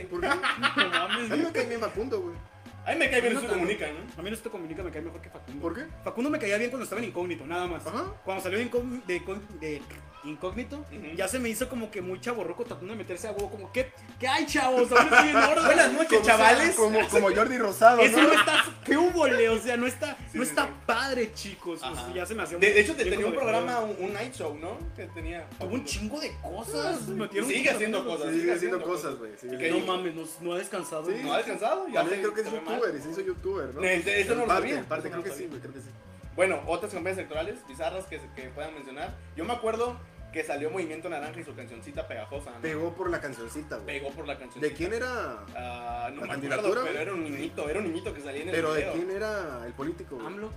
Speaker 2: ¿Por qué? A
Speaker 3: No mames.
Speaker 2: mí me cae bien Facundo, güey.
Speaker 1: Ahí me cae bien Luisito
Speaker 3: No tanto.
Speaker 1: Comunica, ¿no?
Speaker 3: A mí no se te comunica, me cae mejor que Facundo.
Speaker 2: ¿Por qué?
Speaker 3: Facundo me caía bien cuando estaba en incógnito, nada más.
Speaker 2: Ajá.
Speaker 3: Cuando salió de, incógn- de con- de incógnito,
Speaker 1: Ujú.
Speaker 3: ya se me hizo como que muy chaborroco tratando de meterse a huevo, como que, ¿qué hay, chavos? Ahora estoy en orden.
Speaker 1: Buenas noches, chavales.
Speaker 2: Como, como Jordi Rosado,
Speaker 3: Eso
Speaker 2: ¿no?
Speaker 3: no está, qué hubole, o sea, no está,
Speaker 1: Sí,
Speaker 3: no
Speaker 1: sí,
Speaker 3: está
Speaker 1: sí.
Speaker 3: padre, chicos. O sea,
Speaker 1: Ajá.
Speaker 3: ya se me hacía
Speaker 1: De,
Speaker 3: muy-
Speaker 1: de hecho, te-
Speaker 3: bien
Speaker 1: tenía un
Speaker 3: como de-
Speaker 1: programa, un, un night show, ¿no? Que tenía.
Speaker 3: Hubo un chingo de cosas.
Speaker 1: Sí,
Speaker 3: Ah, metieron
Speaker 1: sigue
Speaker 3: un chingo de
Speaker 1: haciendo cosas.
Speaker 2: Sí, sigue haciendo cosas, güey. Sí,
Speaker 1: Y
Speaker 2: sí.
Speaker 1: que-
Speaker 3: No mames, no, no ha descansado.
Speaker 2: Sí.
Speaker 1: ¿No ha descansado? Ya
Speaker 2: También
Speaker 1: se-
Speaker 2: creo que es
Speaker 1: se ve mal.
Speaker 2: youtuber y se hizo youtuber, ¿no?
Speaker 1: Ne- de- eso no
Speaker 2: En
Speaker 1: lo
Speaker 2: parte,
Speaker 1: sabía.
Speaker 2: en parte,
Speaker 1: Eso no
Speaker 2: creo que
Speaker 1: lo
Speaker 2: sí,
Speaker 1: sabía.
Speaker 2: güey, creo que sí.
Speaker 1: Bueno, otras campañas electorales bizarras que, se- que puedan mencionar. Yo me acuerdo que salió Movimiento Naranja y su cancioncita pegajosa. ¿no?
Speaker 2: Pegó por la cancioncita, güey.
Speaker 1: Pegó por la canción.
Speaker 2: ¿De quién era?
Speaker 1: no
Speaker 2: ¿La
Speaker 1: me acuerdo,
Speaker 2: candidatura?
Speaker 1: pero era un niñito, era un niñito que salía en el
Speaker 2: Pero ¿de
Speaker 1: video.
Speaker 2: quién era el político? güey?
Speaker 3: AMLO.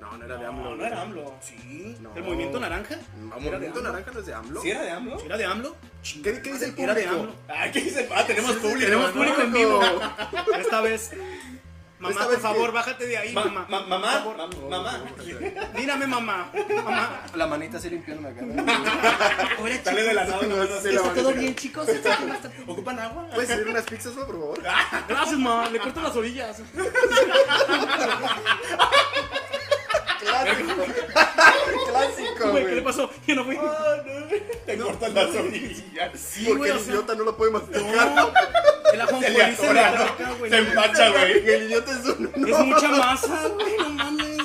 Speaker 2: No, no era de
Speaker 1: No,
Speaker 2: AMLO.
Speaker 1: no
Speaker 2: güey.
Speaker 1: era AMLO.
Speaker 3: Sí.
Speaker 2: No.
Speaker 3: ¿El movimiento naranja?
Speaker 2: No,
Speaker 3: ¿Era de
Speaker 2: Movimiento
Speaker 3: AMLO?
Speaker 2: Naranja no es de AMLO.
Speaker 1: ¿Sí era de AMLO?
Speaker 3: ¿Era de AMLO?
Speaker 2: ¿Qué, qué dice el
Speaker 3: Era de
Speaker 2: público?
Speaker 1: Ah, ¿qué dice? Ah, tenemos público.
Speaker 3: Tenemos
Speaker 1: ¿no?
Speaker 3: público en vivo. Esta vez. Mamá,
Speaker 2: Esta
Speaker 3: por
Speaker 2: vez
Speaker 3: favor,
Speaker 2: que-
Speaker 3: bájate de ahí,
Speaker 1: Ma-
Speaker 3: mamá.
Speaker 1: ma-
Speaker 3: Por
Speaker 1: mamá,
Speaker 3: favor.
Speaker 1: ma- mamá.
Speaker 3: Mírame, mamá. Mamá.
Speaker 4: La manita se limpió en la cara.
Speaker 3: Hola,
Speaker 1: Sale de la nada. nomás así.
Speaker 2: Sí, Pues, la
Speaker 4: ¿Está
Speaker 2: manita.
Speaker 4: todo bien, chicos? ¿Este ¿Está todo bien?
Speaker 1: ¿Ocupan agua?
Speaker 2: ¿Puedes servir unas pizzas, por favor?
Speaker 3: Gracias, mamá. Le corto las orillas.
Speaker 2: Clásico. Clásico,
Speaker 3: Güey, ¿Qué le
Speaker 2: güey.
Speaker 3: pasó? Que no fui.
Speaker 1: Ah, no. Te cortan las orillas.
Speaker 3: Sí,
Speaker 2: Porque
Speaker 3: güey, o
Speaker 2: el
Speaker 3: sea,
Speaker 2: idiota no lo puede masticar.
Speaker 3: no. El ajonjolí
Speaker 1: Se le
Speaker 3: se le
Speaker 1: atora, ¿no?
Speaker 3: ataca, güey.
Speaker 1: Se empacha, güey.
Speaker 2: Y el idiota es un.
Speaker 3: Es mucha masa, güey. No mames.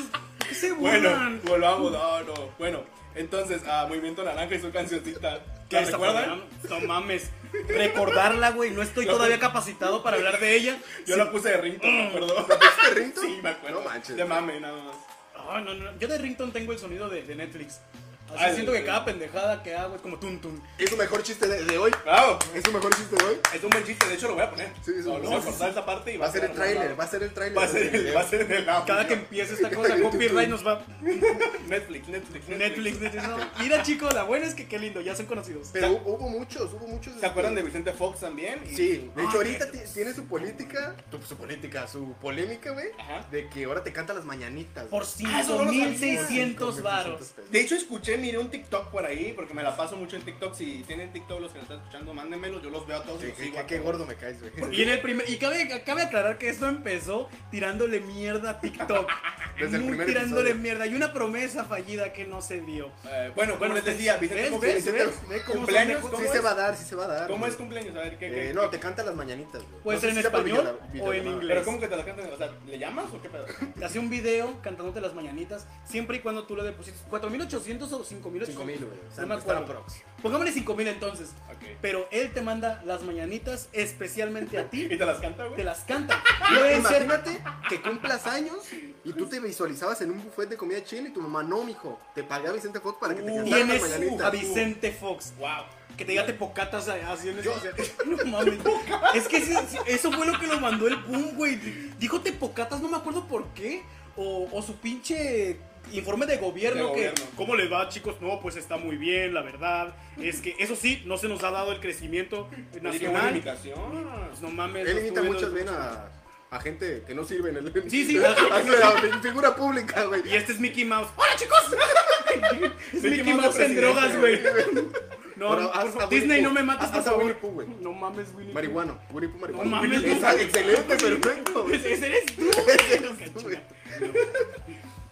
Speaker 3: ¿Qué se
Speaker 1: Bueno,
Speaker 3: burlan?
Speaker 1: volvamos, no, no. Bueno, entonces, a Movimiento Naranja y su cancioncita. ¿La
Speaker 3: Esa
Speaker 1: recuerdan?
Speaker 3: programa- No mames. Recordarla, güey. No estoy todavía capacitado para hablar de ella.
Speaker 1: Yo la puse de ringtone, me acuerdo.
Speaker 2: ¿Este rito?
Speaker 1: Sí, me acuerdo.
Speaker 2: No manches.
Speaker 1: De mame, nada más.
Speaker 3: Ay, no, no, Yo de Rington tengo el sonido de, de Netflix. Así
Speaker 1: Ah,
Speaker 3: siento
Speaker 1: sí,
Speaker 3: que
Speaker 1: sí.
Speaker 3: cada pendejada que hago es como tum tum.
Speaker 2: Es su mejor chiste de, de hoy.
Speaker 1: Bravo.
Speaker 2: Es su mejor chiste de hoy.
Speaker 1: Es un buen chiste, de hecho lo voy a poner.
Speaker 2: Sí, es un
Speaker 1: No,
Speaker 2: buen
Speaker 1: lo voy a
Speaker 2: chiste.
Speaker 1: cortar esa parte y
Speaker 2: Va a ser el
Speaker 1: quedar guardado.
Speaker 2: tráiler, va a ser el tráiler.
Speaker 1: Va a ser el, va a ser en el audio.
Speaker 3: Cada que empiece esta cosa, copyright nos va.
Speaker 1: Netflix, Netflix,
Speaker 3: Netflix, Netflix. no. Mira, chicos, la buena es que qué lindo, ya son conocidos.
Speaker 2: Pero hu- hubo muchos, hubo muchos.
Speaker 1: ¿Se acuerdan de
Speaker 2: este,
Speaker 1: Vicente Fox también? Y-
Speaker 2: Sí, de
Speaker 3: Ah,
Speaker 2: hecho ahorita ti- tiene su política, tu- su política, su polémica, güey,
Speaker 1: Ajá.
Speaker 2: de que ahora te canta las mañanitas.
Speaker 3: Por
Speaker 2: güey.
Speaker 1: eso no lo sabía.
Speaker 3: 5600 varos.
Speaker 1: De hecho, escuché, miré un TikTok por ahí, porque me la paso mucho en TikTok. Si tienen TikTok los que nos están escuchando, mándenmelos, yo los veo a todos y
Speaker 2: Sí,
Speaker 1: los
Speaker 2: qué,
Speaker 1: sigo. a
Speaker 2: qué- qué
Speaker 1: todos.
Speaker 2: gordo me caes, güey.
Speaker 3: Y en el primer y cabe, cabe aclarar que esto empezó tirándole mierda a TikTok.
Speaker 2: Desde el
Speaker 3: Muy
Speaker 2: primer
Speaker 3: tirándole
Speaker 2: episodio.
Speaker 3: mierda y una promesa fallida que no se dio.
Speaker 1: Eh, bueno, como
Speaker 3: Bueno,
Speaker 1: les decía, Vicente
Speaker 3: ¿ves?
Speaker 1: Fox.
Speaker 3: ¿ves?
Speaker 2: Vicente,
Speaker 3: ¿ves?
Speaker 2: ¿ve
Speaker 3: ¿Cómo
Speaker 1: cumpleaños?
Speaker 3: son de-
Speaker 1: ¿Cómo
Speaker 2: Sí
Speaker 1: es?
Speaker 2: se va a dar, sí se va a dar.
Speaker 1: ¿Cómo
Speaker 2: güey.
Speaker 1: es cumpleaños? A ver, ¿qué?
Speaker 2: Eh,
Speaker 1: qué-
Speaker 2: no,
Speaker 1: qué-
Speaker 2: te canta las mañanitas, güey.
Speaker 3: Puede
Speaker 2: No
Speaker 3: ser
Speaker 2: sé
Speaker 3: en
Speaker 2: si sea por
Speaker 3: español
Speaker 2: videola-
Speaker 3: o en
Speaker 2: videollamada.
Speaker 3: inglés.
Speaker 1: ¿Pero cómo que te la cantan? O sea, ¿le llamas o qué pedo?
Speaker 3: Te hace un video cantándote las mañanitas, siempre y cuando tú le deposites 4800 o 5800.
Speaker 2: 5000, güey. O sea,
Speaker 3: No me
Speaker 2: está la
Speaker 3: acuerdo.
Speaker 2: próxima.
Speaker 3: Pongámosle 5000 entonces.
Speaker 1: Ok.
Speaker 3: Pero él te manda las mañanitas especialmente a
Speaker 1: ¿Y
Speaker 3: ti.
Speaker 1: te las canta,
Speaker 3: Te
Speaker 1: güey?
Speaker 3: las canta. Puede ser
Speaker 2: Imagínate que cumplas años y tú te visualizabas en un buffet de comida china y tu mamá, no, mijo, te pagué a Vicente Fox para que te
Speaker 1: Uh,
Speaker 2: cantara las
Speaker 3: Tienes a
Speaker 2: mañanitas.
Speaker 3: Vicente Fox.
Speaker 1: ¡Wow!
Speaker 3: Que te diga te pocatas a- así en especial. No mames. Es que ese- eso fue lo que lo mandó el boom, güey. Dijo te pocatas, no me acuerdo por qué. o, o su pinche informe de gobierno
Speaker 1: De
Speaker 3: que
Speaker 1: gobierno.
Speaker 5: ¿Cómo les va, chicos? No, pues está muy bien, la verdad. Es que eso sí, no se nos ha dado el crecimiento
Speaker 1: Oye, qué buena
Speaker 5: nacional.
Speaker 1: imitación.
Speaker 5: Pues no mames.
Speaker 2: Él
Speaker 5: lo
Speaker 2: imita
Speaker 5: estuve
Speaker 2: muchas
Speaker 5: viendo-
Speaker 2: veces a, a gente que no sirve en el.
Speaker 5: Sí, sí.
Speaker 2: a la figura pública, güey.
Speaker 5: Y este es Mickey Mouse. ¡Hola, chicos! es
Speaker 1: Mickey
Speaker 5: Mickey
Speaker 1: Mouse
Speaker 5: Mouse en
Speaker 1: presidente,
Speaker 5: drogas, güey. No,
Speaker 2: Pero
Speaker 5: por
Speaker 2: haz
Speaker 5: favor,
Speaker 2: a Winnie
Speaker 5: Disney,
Speaker 2: Pooh.
Speaker 5: no me mates,
Speaker 2: Haz
Speaker 5: por
Speaker 2: a Winnie
Speaker 5: favor.
Speaker 2: Pooh, güey.
Speaker 5: No mames, Winnie. Pooh.
Speaker 2: Marihuano, Guripu
Speaker 5: No
Speaker 2: marihuana.
Speaker 5: mames, no
Speaker 2: Esa- excelente, perfecto. güey.
Speaker 5: Ese ese eres tú.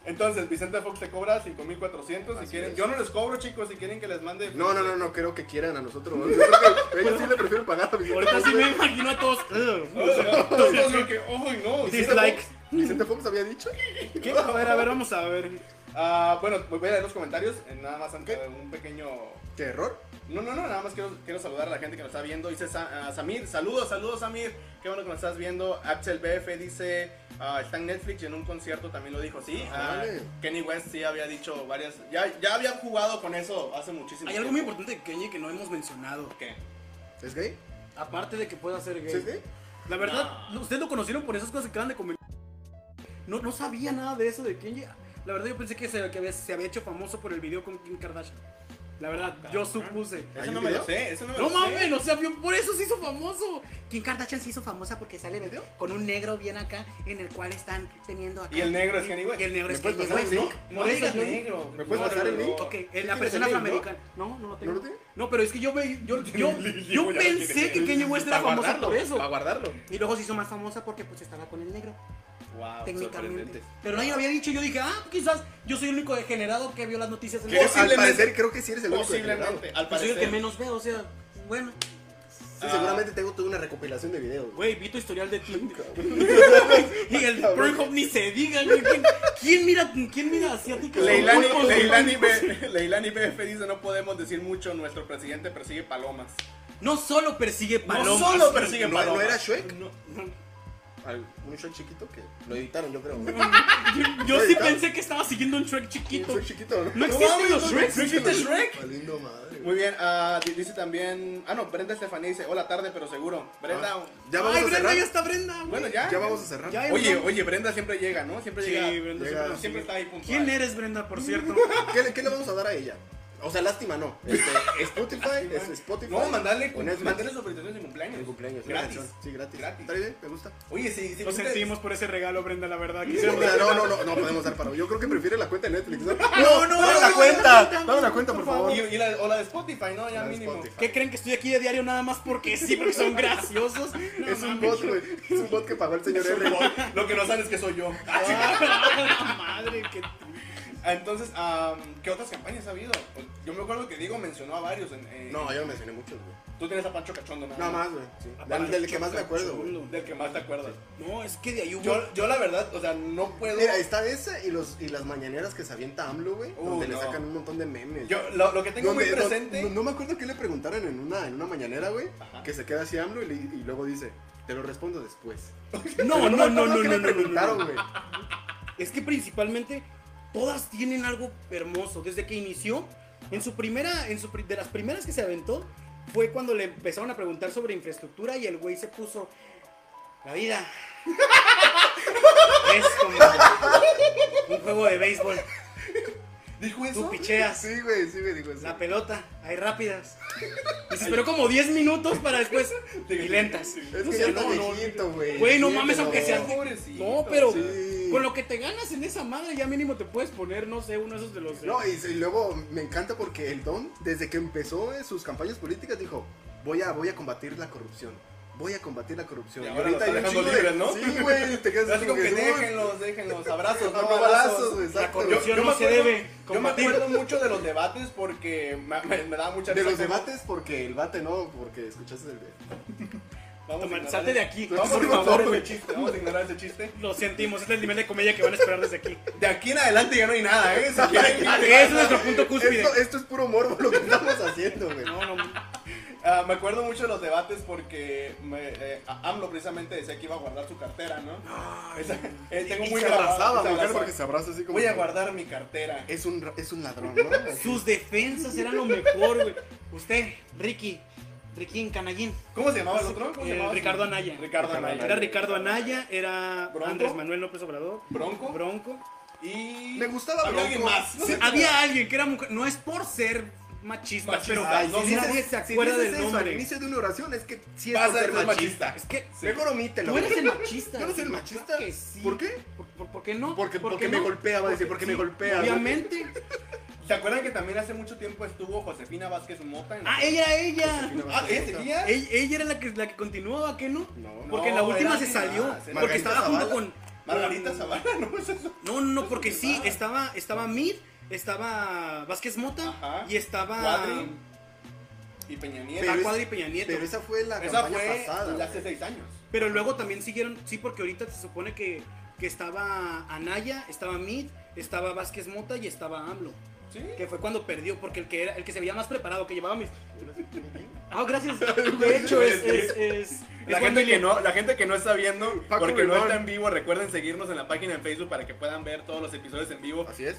Speaker 1: Entonces, Vicente Fox te cobra 5400 si
Speaker 2: Así
Speaker 1: quieren.
Speaker 2: es.
Speaker 1: Yo no les cobro, chicos, si quieren que les mande.
Speaker 2: No, no, no, no creo que quieran a nosotros. Yo creo que ellos sí le prefieren pagar a Vicente
Speaker 5: Ahorita
Speaker 2: Fox.
Speaker 5: sí
Speaker 2: güey.
Speaker 5: me imagino a todos. "Ugh".
Speaker 1: Todos como que, ojo, y no. Vicente
Speaker 5: Dislike.
Speaker 1: Fox.
Speaker 2: Vicente Fox había dicho.
Speaker 5: ¿Qué? A ver, a ver, vamos a ver.
Speaker 1: Ah, bueno, voy a leer los comentarios. eh, Nada más ante un pequeño
Speaker 2: Qué error.
Speaker 1: No, no, no, nada más quiero, quiero saludar a la gente que nos está viendo. Dice Sa- ah, Samir, saludos, saludos Samir. Qué bueno que nos estás viendo. Axel BF dice, ah, está en Netflix y en un concierto también lo dijo, sí.
Speaker 2: Ah,
Speaker 1: Ah,
Speaker 2: vale.
Speaker 1: Kenny West sí había dicho varias... Ya, ya había jugado con eso hace muchísimo
Speaker 3: Hay algo muy
Speaker 1: tiempo.
Speaker 3: importante de Kanye que no hemos mencionado.
Speaker 1: ¿Qué?
Speaker 2: ¿Es gay?
Speaker 3: Aparte de que pueda ser
Speaker 2: ¿Sí
Speaker 3: gay.
Speaker 2: es gay?
Speaker 3: La verdad, lo- ustedes lo conocieron por esas cosas que acaban de comentar. No, no sabía nada de eso de Kanye. La verdad, yo pensé que se, que había- se había hecho famoso por el video con Kim Kardashian. La verdad,
Speaker 5: Ah,
Speaker 3: yo supuse.
Speaker 1: Eso
Speaker 2: ¿Hay
Speaker 1: no
Speaker 2: un
Speaker 1: me lo
Speaker 2: video?
Speaker 1: sé, eso no me
Speaker 3: No
Speaker 1: lo sé.
Speaker 3: mames, o sea, por eso se hizo famoso. Kim Kardashian se hizo famosa porque sale ¿verdad? con un negro bien acá en el cual están teniendo acá.
Speaker 1: Y el negro es Kanye West.
Speaker 3: Y el negro
Speaker 2: ¿Me
Speaker 3: es
Speaker 2: puedes
Speaker 3: Kanye
Speaker 2: pasar
Speaker 3: West.
Speaker 2: el link?
Speaker 1: No
Speaker 3: Por eso
Speaker 1: digas
Speaker 3: yo-
Speaker 1: negro.
Speaker 2: ¿Me puedes pasar el link?
Speaker 3: Ok, eh,
Speaker 2: ¿Sí
Speaker 3: la
Speaker 2: tienes
Speaker 3: persona
Speaker 2: el link,
Speaker 3: afroamericana. No, no lo tengo.
Speaker 2: ¿No lo tienes?
Speaker 3: No, pero es que yo ve- yo, yo, yo
Speaker 1: Llevo ya
Speaker 3: pensé que Kanye West era
Speaker 1: Para
Speaker 3: famosa
Speaker 1: guardarlo,
Speaker 3: por eso.
Speaker 1: Para guardarlo.
Speaker 3: Y luego se hizo más famosa porque pues estaba con el negro,
Speaker 1: Wow, Ah,
Speaker 3: técnicamente.
Speaker 1: sorprendente.
Speaker 3: Pero nadie lo había dicho, yo dije, ah, quizás yo soy el único degenerado que vio las noticias en
Speaker 1: ¿Qué?
Speaker 3: el
Speaker 2: Al
Speaker 1: Posiblemente.
Speaker 2: parecer creo que sí eres el único
Speaker 1: Posiblemente, al
Speaker 3: Yo soy el que
Speaker 1: parecer.
Speaker 3: menos veo, o sea, bueno.
Speaker 5: Ah.
Speaker 2: Sí, seguramente tengo toda una recopilación de videos. güey.
Speaker 3: Güey, vi tu historial de Tinder. y el de Pornhub ni se diga, güey. ¿Quién, quién mira, quién mira asiáticos?
Speaker 1: Leilani,
Speaker 3: Pulpos, güey.
Speaker 1: Leilani, B- Leilani BF dice, no podemos decir mucho, nuestro presidente persigue palomas.
Speaker 3: No solo persigue palomas.
Speaker 1: solo persigue
Speaker 2: ¿No, no
Speaker 1: palomas.
Speaker 2: era Shrek?
Speaker 3: No, no.
Speaker 2: Al- Un Shrek chiquito que lo editaron, yo creo. güey.
Speaker 3: Yo, yo sí pensé que estaba siguiendo un Shrek
Speaker 2: Un
Speaker 3: chiquito.
Speaker 2: Shrek chiquito, ¿no?
Speaker 3: No existen
Speaker 1: mames,
Speaker 3: los
Speaker 1: no
Speaker 3: Shreks.
Speaker 1: existe Shrek.
Speaker 2: Valiendo madre. güey.
Speaker 1: Muy bien, ah, di- dice también. Ah, no, Brenda Estefanía dice: Hola, tarde, pero seguro. Brenda.
Speaker 2: Ah, Ya vamos
Speaker 3: Ay,
Speaker 2: a
Speaker 3: Brenda,
Speaker 2: cerrar.
Speaker 3: ya está Brenda. güey.
Speaker 1: Bueno, ya.
Speaker 2: Ya vamos a cerrar.
Speaker 3: Ya,
Speaker 1: Oye,
Speaker 3: Brenda.
Speaker 1: oye, Brenda siempre llega, ¿no? Siempre
Speaker 5: Sí,
Speaker 1: llega.
Speaker 5: Brenda
Speaker 1: llega,
Speaker 2: siempre-
Speaker 1: siempre está ahí puntual.
Speaker 3: ¿Quién eres, Brenda, por cierto?
Speaker 2: ¿Qué le, qué le vamos a dar a ella? O sea, lástima no. Este, Spotify, es Spotify.
Speaker 1: No, mandarle,
Speaker 2: O Netflix.
Speaker 1: mandarle sus felicitaciones de cumpleaños.
Speaker 2: El cumpleaños. una
Speaker 1: Gratis.
Speaker 2: canción. Sí, gratis.
Speaker 1: Gratis.
Speaker 2: ¿Está bien? ¿Me gusta?
Speaker 1: Oye, sí, sí.
Speaker 5: Lo
Speaker 1: ustedes-
Speaker 5: sentimos por ese regalo, Brenda, la verdad.
Speaker 2: O
Speaker 5: Quisiéramos
Speaker 2: sea, no, no, no, no podemos dar para. Yo creo que prefiere la cuenta de Netflix. No,
Speaker 3: No, no,
Speaker 2: dame
Speaker 3: no,
Speaker 2: la
Speaker 3: no,
Speaker 2: cuenta.
Speaker 3: no, no, no,
Speaker 2: Dame la cuenta, por favor.
Speaker 1: Y, y la, o la de Spotify, ¿no? Ya
Speaker 2: La de
Speaker 1: mínimo.
Speaker 2: Spotify.
Speaker 3: ¿Qué creen que estoy aquí de diario nada más porque sí, porque son graciosos? No,
Speaker 2: Es un
Speaker 3: mames.
Speaker 2: bot, güey. Es un bot que pagó el señor R.
Speaker 1: Lo que no saben es que soy yo.
Speaker 3: Ah, madre, qué
Speaker 1: Ah, Entonces, ah, ¿qué otras campañas ha habido? Pues, Yo me acuerdo que Diego mencionó a varios. En, en-
Speaker 2: No, yo no mencioné muchos, güey.
Speaker 1: Tú tienes a Pancho Cachondo, nada
Speaker 2: Nada más, güey. sí. Del, del que más me acuerdo, güey.
Speaker 1: Del que más te acuerdas.
Speaker 3: No, es que de ahí hubo.
Speaker 1: Yo, yo la verdad, o sea, no puedo.
Speaker 2: Mira, está esa y, los, y las mañaneras que se avienta AMLO, güey.
Speaker 1: Uh,
Speaker 2: donde
Speaker 1: no.
Speaker 2: le sacan un montón de memes.
Speaker 1: Yo lo, lo que tengo
Speaker 2: Donde-
Speaker 1: muy
Speaker 2: don-
Speaker 1: presente.
Speaker 2: No, no me acuerdo que le preguntaron en una, en una mañanera, güey.
Speaker 1: Ajá.
Speaker 2: Que se queda así AMLO y, le- y luego dice, te lo respondo después.
Speaker 3: No, no, no, no,
Speaker 2: ¿Qué le
Speaker 3: no, no, no,
Speaker 2: preguntaron,
Speaker 3: no.
Speaker 2: güey?
Speaker 3: Es que principalmente todas tienen algo hermoso. Desde que inició, en su primera, en su, pri- de las primeras que se aventó, fue cuando le empezaron a preguntar sobre infraestructura y el güey se puso. La vida. Es como un juego de béisbol.
Speaker 1: ¿Dijo
Speaker 3: Tú picheas
Speaker 2: Sí, güey, sí, me dijo eso.
Speaker 3: la pelota, hay rápidas. Y se esperó como 10 minutos para después. Y lentas.
Speaker 2: Es que
Speaker 3: O sea,
Speaker 2: ya está
Speaker 3: no, no,
Speaker 2: viejito, güey.
Speaker 3: Güey, no
Speaker 2: Sí,
Speaker 3: mames,
Speaker 2: pero-
Speaker 3: aunque seas
Speaker 1: Pobrecito.
Speaker 3: No, pero
Speaker 2: Sí.
Speaker 3: con lo que te ganas en esa madre, ya mínimo te puedes poner, no sé, uno de esos de los. de-
Speaker 2: No, y, y luego me encanta porque el Don, desde que empezó en sus campañas políticas, dijo, voy a, voy a combatir la corrupción. Voy a combatir la corrupción.
Speaker 1: Y ahora lo está
Speaker 2: hay un
Speaker 1: dejando
Speaker 2: chingo
Speaker 1: libre, ¿no?
Speaker 2: Sí, güey, te quedas
Speaker 1: Así como que
Speaker 2: "Uy,
Speaker 1: déjenlos, déjenlos. Abrazos, no
Speaker 2: no,
Speaker 1: balazos.
Speaker 2: balazos, güey,
Speaker 3: La
Speaker 2: exacto.
Speaker 1: Yo-
Speaker 3: corrupción
Speaker 1: yo
Speaker 3: no
Speaker 1: me
Speaker 3: se
Speaker 1: acuerdo-
Speaker 3: debe
Speaker 1: Yo me
Speaker 3: combatir.
Speaker 1: acuerdo mucho de los debates porque me, me- me daba mucha
Speaker 2: De
Speaker 1: risa
Speaker 2: los
Speaker 1: cómo-
Speaker 2: debates, porque el bate no, porque escuchaste el de...
Speaker 1: Vamos a
Speaker 3: Toma,
Speaker 1: ignorar
Speaker 3: salte
Speaker 1: ese-
Speaker 3: de aquí.
Speaker 1: Vamos a
Speaker 2: Por
Speaker 1: ignorar
Speaker 2: favor,
Speaker 1: ese
Speaker 2: güey.
Speaker 1: chiste. Vamos a ignorar ese chiste.
Speaker 3: Lo sentimos, este es el nivel de comedia que van a esperar desde aquí.
Speaker 1: De aquí en adelante ya no hay nada, ¿eh? Si quieren-
Speaker 3: Ese es nuestro punto cúspide.
Speaker 2: Esto, esto es puro morbo lo que estamos haciendo, güey.
Speaker 3: No, no.
Speaker 1: Ah, me acuerdo mucho de los debates porque me, eh, a- AMLO precisamente decía que iba a guardar su cartera, ¿no? Esa- eh, tengo
Speaker 2: Y
Speaker 1: muy
Speaker 2: se
Speaker 1: grabado,
Speaker 2: abrazaba,
Speaker 1: se
Speaker 2: me acuerdo
Speaker 1: abrazaba.
Speaker 2: porque se abraza así como...
Speaker 1: Voy a guardar mi cartera.
Speaker 2: Es un, ra- es un ladrón, ¿no?
Speaker 3: Sus defensas eran lo mejor, güey. Usted, Ricky, Triquín, Canallín.
Speaker 1: ¿Cómo se llamaba el otro? ¿Cómo se
Speaker 5: Eh,
Speaker 1: llamaba su-
Speaker 5: Ricardo Anaya.
Speaker 1: Ricardo Anaya.
Speaker 5: Era Ricardo Anaya, era
Speaker 1: ¿Bronco?
Speaker 5: Andrés Manuel López Obrador,
Speaker 1: Bronco.
Speaker 5: Bronco.
Speaker 1: y.
Speaker 2: Me gustaba
Speaker 1: Había alguien
Speaker 2: Bronco.
Speaker 1: más.
Speaker 5: Sí, había alguien que era mujer, no es por ser machista,
Speaker 1: Machista,
Speaker 5: pero
Speaker 1: ay,
Speaker 5: no,
Speaker 1: sí,
Speaker 5: nadie
Speaker 2: dices-
Speaker 5: se
Speaker 2: si
Speaker 5: acuerda
Speaker 2: dices
Speaker 5: del
Speaker 2: eso al
Speaker 5: nombre.
Speaker 2: inicio de una oración es que sí es
Speaker 1: Vas
Speaker 2: por
Speaker 1: a
Speaker 2: ser
Speaker 1: ser machista.
Speaker 5: Es que
Speaker 1: Sí.
Speaker 2: Mejor omítelo.
Speaker 3: Tú eres el machista.
Speaker 2: Yo no soy el
Speaker 3: güey.
Speaker 2: machista.
Speaker 3: Claro que sí.
Speaker 2: ¿Por qué?
Speaker 3: ¿Por, por- por qué no?
Speaker 2: Porque,
Speaker 3: ¿Por
Speaker 2: porque
Speaker 3: qué
Speaker 2: me
Speaker 3: no?
Speaker 2: golpea, va a decir, porque me
Speaker 3: sí,
Speaker 2: golpea.
Speaker 3: Obviamente.
Speaker 1: ¿Se acuerdan que también hace mucho tiempo estuvo Josefina Vázquez Mota? en-
Speaker 3: Ah, ella, ella.
Speaker 1: Ah, ¿ella seguía?
Speaker 3: Ella, ella era la que, la que continuaba, ¿qué no?
Speaker 2: No,
Speaker 3: Porque en
Speaker 1: No,
Speaker 3: la última
Speaker 1: era
Speaker 3: se
Speaker 1: que-
Speaker 3: salió.
Speaker 1: ah, sí,
Speaker 3: porque
Speaker 2: Margarita
Speaker 3: estaba junto
Speaker 2: Zavala.
Speaker 3: con.
Speaker 1: Margarita
Speaker 3: con-
Speaker 1: Zavala, ¿no es eso?
Speaker 3: No, no, no, porque sí,
Speaker 1: Ah.
Speaker 3: estaba, estaba Mir, estaba Vázquez Mota
Speaker 1: Ajá.
Speaker 3: y estaba
Speaker 1: Cuadri. Y Peña Nieto.
Speaker 3: la
Speaker 2: Ah. Pero
Speaker 3: Cuadri y Peña Nieto.
Speaker 2: Pero esa fue la
Speaker 1: Esa
Speaker 2: campaña
Speaker 1: fue
Speaker 2: pasada.
Speaker 1: de
Speaker 2: güey.
Speaker 1: hace seis años.
Speaker 3: Pero luego también siguieron, sí, porque ahorita se supone que, que estaba Anaya, estaba Mid, estaba Vázquez Mota y estaba AMLO.
Speaker 1: ¿Sí?
Speaker 3: Que fue cuando perdió, porque el que era, el que se veía más preparado, que llevaba mis. Ah, gracias. De hecho, es. es, es-
Speaker 1: La
Speaker 3: es
Speaker 1: gente,
Speaker 3: Juan
Speaker 1: que no, la gente que no está viendo,
Speaker 2: Paco
Speaker 1: porque no
Speaker 2: Limón.
Speaker 1: está en vivo, recuerden seguirnos en la página en Facebook para que puedan ver todos los episodios en vivo.
Speaker 2: Así es.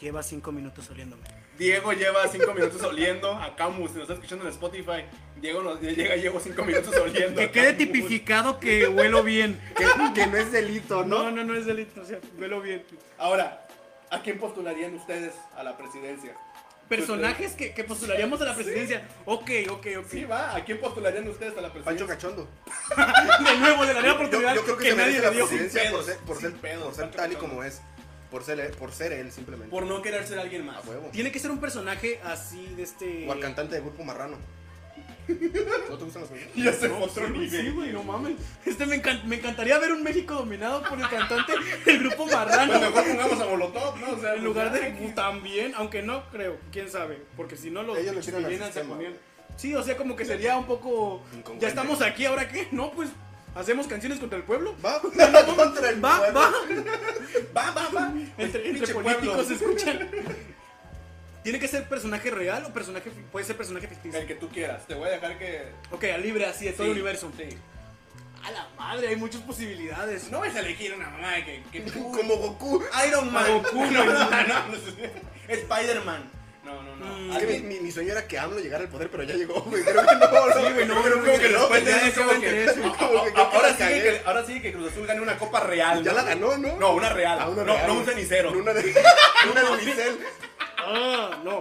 Speaker 3: Lleva cinco minutos oliéndome.
Speaker 1: Diego lleva 5 minutos oliendo a Camus, si nos está escuchando en Spotify. Diego nos llega, llevo 5 minutos oliendo. a
Speaker 3: Que quede
Speaker 1: Camus.
Speaker 3: tipificado que huelo bien.
Speaker 2: Que, que no es delito, ¿no?
Speaker 3: No, no, no es delito, o sea, huelo bien.
Speaker 1: Ahora, ¿a quién postularían ustedes a la presidencia?
Speaker 3: Personajes que, que postularíamos a la presidencia. Ok, ok, ok.
Speaker 1: Sí, va, ¿a quién postularían ustedes a la presidencia?
Speaker 2: Pancho Cachondo.
Speaker 3: De nuevo, le daré la
Speaker 2: Yo,
Speaker 3: oportunidad
Speaker 2: yo creo que,
Speaker 3: que,
Speaker 2: se
Speaker 3: nadie
Speaker 2: merece
Speaker 3: le
Speaker 2: la
Speaker 3: dio.
Speaker 1: Sin
Speaker 2: presidencia por
Speaker 1: pedos,
Speaker 2: ser, por
Speaker 1: sin
Speaker 2: ser-
Speaker 1: pedos,
Speaker 2: por ser
Speaker 1: Pancho
Speaker 2: tal y
Speaker 1: Cachondo.
Speaker 2: como es. Por ser, él- por ser él, simplemente.
Speaker 1: Por no querer ser alguien más.
Speaker 2: A huevo.
Speaker 3: Tiene que ser un personaje así de este.
Speaker 2: O al cantante de grupo marrano. ¿No te gustan los grupos?
Speaker 1: Ya se
Speaker 3: No,
Speaker 1: mostró
Speaker 3: sí, güey,
Speaker 1: nivel.
Speaker 3: sí, güey, no mames. Este me, encan- me encantaría ver un México dominado por el cantante del grupo Marrano.
Speaker 1: Pues mejor pongamos a Molotov, ¿no? O sea,
Speaker 3: En lugar
Speaker 1: pues,
Speaker 3: de
Speaker 1: ya,
Speaker 3: también, aunque no creo, quién sabe, porque si no los
Speaker 2: Ellos lo tiran al
Speaker 3: llenan, se
Speaker 2: sistema.
Speaker 3: comían. Sí, o sea, como que sería un poco
Speaker 2: Incongruente.
Speaker 3: ya estamos aquí, ahora qué? No, pues hacemos canciones contra el pueblo.
Speaker 2: Va, va contra el
Speaker 3: Va,
Speaker 2: pueblo.
Speaker 3: va.
Speaker 1: Va, va, va.
Speaker 3: Entre, entre
Speaker 1: Pinche
Speaker 3: políticos se
Speaker 1: pueblo.
Speaker 3: escuchan. ¿Tiene que ser personaje real o personaje fi- puede ser personaje ficticio?
Speaker 1: El que tú quieras. Te voy a dejar que.
Speaker 3: Ok, a libre así de todo
Speaker 1: Sí,
Speaker 3: el universo.
Speaker 1: sí.
Speaker 3: A la madre, hay muchas posibilidades.
Speaker 1: No vas a elegir una mamá que. que tú-
Speaker 2: Como Goku.
Speaker 1: Iron Man.
Speaker 3: Goku,
Speaker 1: no,
Speaker 3: güey.
Speaker 1: no, no, no. Spider-Man. No, no, no.
Speaker 3: Mm.
Speaker 2: Es que
Speaker 1: Alguien-
Speaker 2: mi, mi, mi sueño era que AMLO llegara al poder, pero ya llegó, güey. Creo que no, no.
Speaker 3: Sí, güey, no,
Speaker 2: creo
Speaker 3: no,
Speaker 2: creo
Speaker 3: no,
Speaker 2: que
Speaker 3: no,
Speaker 2: no.
Speaker 3: pues,
Speaker 2: ya,
Speaker 3: ya es como que-
Speaker 2: Como que- como que-
Speaker 1: Ahora
Speaker 2: que
Speaker 1: sí,
Speaker 2: cagué.
Speaker 1: que, ahora sí que Cruz Azul gane una copa real.
Speaker 2: Ya
Speaker 1: ¿no?
Speaker 2: la ganó, ¿no?
Speaker 1: No, una real.
Speaker 2: Ah, una
Speaker 1: no,
Speaker 2: real.
Speaker 1: no un cenicero.
Speaker 2: Una de una de Unicel.
Speaker 3: Ah, no.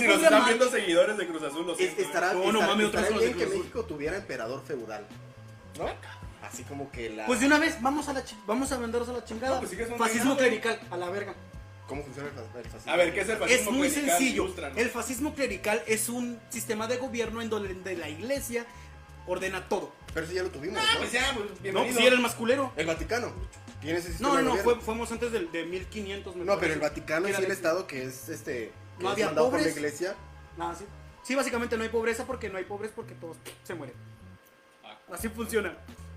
Speaker 1: Pues si nos
Speaker 3: pondría
Speaker 1: están
Speaker 3: mal-
Speaker 1: viendo seguidores de Cruz Azul, lo
Speaker 2: Es-
Speaker 1: siento.
Speaker 2: Estará,
Speaker 3: No, no
Speaker 2: estará-
Speaker 3: mames,
Speaker 2: estará
Speaker 3: otra vez con los
Speaker 2: bien
Speaker 3: de
Speaker 2: que
Speaker 3: Cruz Azul.
Speaker 2: México tuviera emperador feudal, ¿no? Así como que la...
Speaker 3: Pues de una vez, vamos a la chi- vamos a mandaros a la chingada.
Speaker 1: No, pues sí que es un
Speaker 3: Fascismo
Speaker 1: reinado.
Speaker 3: clerical, a la verga.
Speaker 2: ¿Cómo funciona el, fa- el fascismo?
Speaker 1: A ver, ¿qué es el fascismo?
Speaker 3: es muy
Speaker 1: clerical?
Speaker 3: sencillo.
Speaker 1: Ilústranos.
Speaker 3: El fascismo clerical es un sistema de gobierno en donde la iglesia ordena todo.
Speaker 2: Pero eso ya lo tuvimos,
Speaker 1: Ah,
Speaker 2: ¿no?
Speaker 1: pues ya, pues,
Speaker 3: No,
Speaker 1: bienvenido.
Speaker 3: si era el masculero.
Speaker 2: El Vaticano. Tiene ese sistema
Speaker 3: No, no,
Speaker 2: de
Speaker 3: no,
Speaker 2: gobierno.
Speaker 3: fue- fuimos antes del de 1500. me
Speaker 2: No, pero
Speaker 3: parece.
Speaker 2: el Vaticano es
Speaker 3: Era
Speaker 2: el
Speaker 3: de-
Speaker 2: estado que es este... que
Speaker 3: No
Speaker 2: es
Speaker 3: había
Speaker 2: mandado por
Speaker 3: pobres.
Speaker 2: la iglesia.
Speaker 3: Ah, sí. Sí, básicamente no hay pobreza porque no hay pobres porque todos se mueren.
Speaker 1: Ah.
Speaker 3: Así funciona.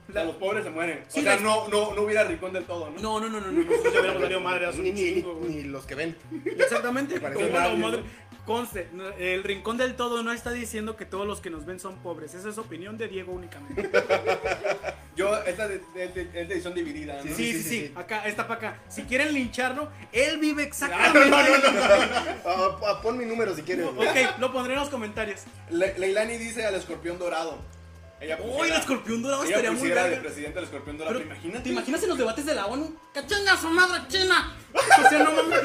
Speaker 1: O sea, los pobres se mueren.
Speaker 3: Sí,
Speaker 1: o sea,
Speaker 3: la-
Speaker 1: no, no, no hubiera rincón del todo, ¿no?
Speaker 3: No, no, no, no, no. no.
Speaker 5: Nosotros ya hubiéramos valido madre hace
Speaker 2: Ni,
Speaker 5: un
Speaker 2: ni-
Speaker 5: chingo, güey.
Speaker 2: ni los que ven.
Speaker 3: Exactamente.
Speaker 2: Pareció
Speaker 3: Como la
Speaker 1: nadie,
Speaker 3: madre- Conste, no, el rincón del todo no está diciendo que todos los que nos ven son pobres. Esa es opinión de Diego únicamente.
Speaker 1: Yo, esta de- de- de- es de edición dividida, ¿no?
Speaker 3: Sí, sí, sí, Acá, está para acá. Si quieren lincharlo, él vive
Speaker 1: Ah,
Speaker 3: exactamente.
Speaker 1: no, no, no, no.
Speaker 2: Ah, ah, pon mi número si quieres. güey.
Speaker 3: Ok, lo pondré en los comentarios.
Speaker 1: Le- Leilani dice al escorpión dorado. Ella pues,
Speaker 3: Uy, el escorpión dorado
Speaker 1: ella
Speaker 3: estaría muy
Speaker 1: pusiera de
Speaker 3: verga.
Speaker 1: presidente al escorpión dorado.
Speaker 3: Pero,
Speaker 1: ¿Te imaginas?
Speaker 3: ¿Te imaginas en los debates de la ONU? ¡Que chinga su madre china! O sea, no mames.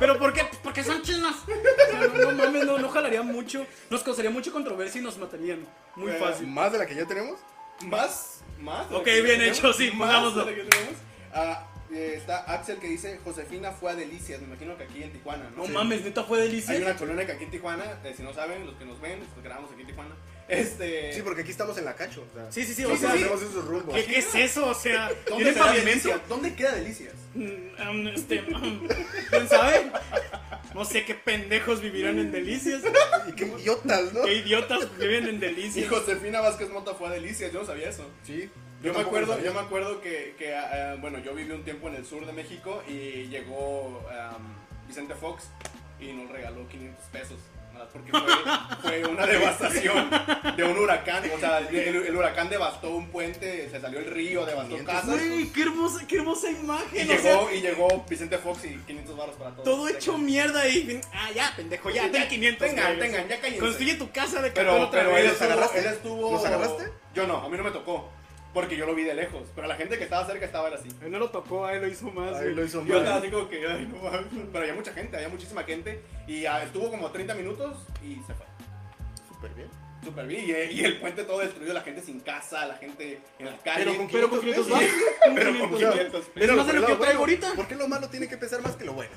Speaker 3: ¿Pero por qué? Pues Porque son chinas. O sea, no, no mames, no, no jalaría mucho. Nos causaría mucha controversia y nos matarían. Muy
Speaker 1: Eh,
Speaker 3: fácil.
Speaker 2: ¿Más de la que ya tenemos?
Speaker 1: Más, más. de lo
Speaker 3: Ok,
Speaker 1: que
Speaker 3: bien
Speaker 1: tenemos,
Speaker 3: hecho, sí,
Speaker 1: más
Speaker 3: pongámoslo.
Speaker 1: de lo que tenemos. Ah, eh, está Axel que dice Josefina fue a Delicias. Me imagino que aquí en Tijuana, ¿no?
Speaker 3: No
Speaker 1: Sí.
Speaker 3: mames, ¿eh? neta fue delicia.
Speaker 1: Hay una colonia que aquí en Tijuana, eh, si no saben, los que nos ven, los que grabamos aquí en Tijuana. Este.
Speaker 2: Sí, porque aquí estamos en la cacho. o sea,
Speaker 3: Sí, sí, sí,
Speaker 2: no
Speaker 3: o sea,
Speaker 2: conocemos esos rumbos.
Speaker 3: ¿Qué, qué es eso? O sea,
Speaker 1: ¿Dónde
Speaker 3: ¿tiene
Speaker 1: será
Speaker 3: pavimento?
Speaker 1: Delicias? ¿Dónde queda Delicias?
Speaker 3: Mm, um, este, um, ¿Quién sabe? No sé qué pendejos vivirán en delicias.
Speaker 2: Y qué idiotas, ¿no?
Speaker 3: Qué idiotas viven en
Speaker 1: Y
Speaker 3: delicias.
Speaker 1: Josefina Vázquez Mota fue a Delicias, yo no sabía eso.
Speaker 2: Sí.
Speaker 1: Yo me
Speaker 2: tampoco
Speaker 1: acuerdo,
Speaker 2: sabía.
Speaker 1: yo me acuerdo que, que, ah, ah, bueno, yo viví un tiempo en el sur de em, México y llegó am, Vicente Fox y nos regaló 500 pesos. carnal, porque fue, fue una devastación de un huracán. O sea, el, el huracán devastó un puente, se salió el río, devastó casas.
Speaker 3: Güey, qué hermosa, qué hermosa
Speaker 1: Y
Speaker 3: imagen. o sea,
Speaker 1: llegó, y llegó Vicente Fox y 500 barros para todos.
Speaker 3: todo hecho mierda y. Ah, ya, pendejo, ya. Ten 500.
Speaker 1: Tengan,
Speaker 3: güey.
Speaker 1: tengan, ya cállense.
Speaker 3: Construye tu casa de cartón
Speaker 1: Pero,
Speaker 3: otra
Speaker 1: pero
Speaker 3: vez.
Speaker 1: él,
Speaker 2: ¿Los
Speaker 1: estuvo,
Speaker 2: agarraste?
Speaker 1: él estuvo.
Speaker 2: ¿Los agarraste?
Speaker 1: Yo no, a mí no me tocó. Porque yo lo vi de lejos. Pero la gente que estaba cerca estaba él así.
Speaker 5: Él no lo tocó, a él lo hizo más.
Speaker 2: Ahí
Speaker 5: güey.
Speaker 2: lo hizo
Speaker 1: Yo estaba
Speaker 2: mal.
Speaker 1: así como que, ay, no mames. Pero había mucha gente, había muchísima gente. Y ah, estuvo como 30 minutos y se fue.
Speaker 2: Súper bien.
Speaker 1: Súper bien. Y, eh, y el puente todo destruido, la gente sin casa, la gente en la calle.
Speaker 3: Pero con, pero con 500
Speaker 1: pesos.
Speaker 3: baros.
Speaker 1: Pero con 500 pesos.
Speaker 3: Es más de lo que yo traigo ahorita.
Speaker 2: ¿Por qué lo malo tiene que pesar más que lo bueno?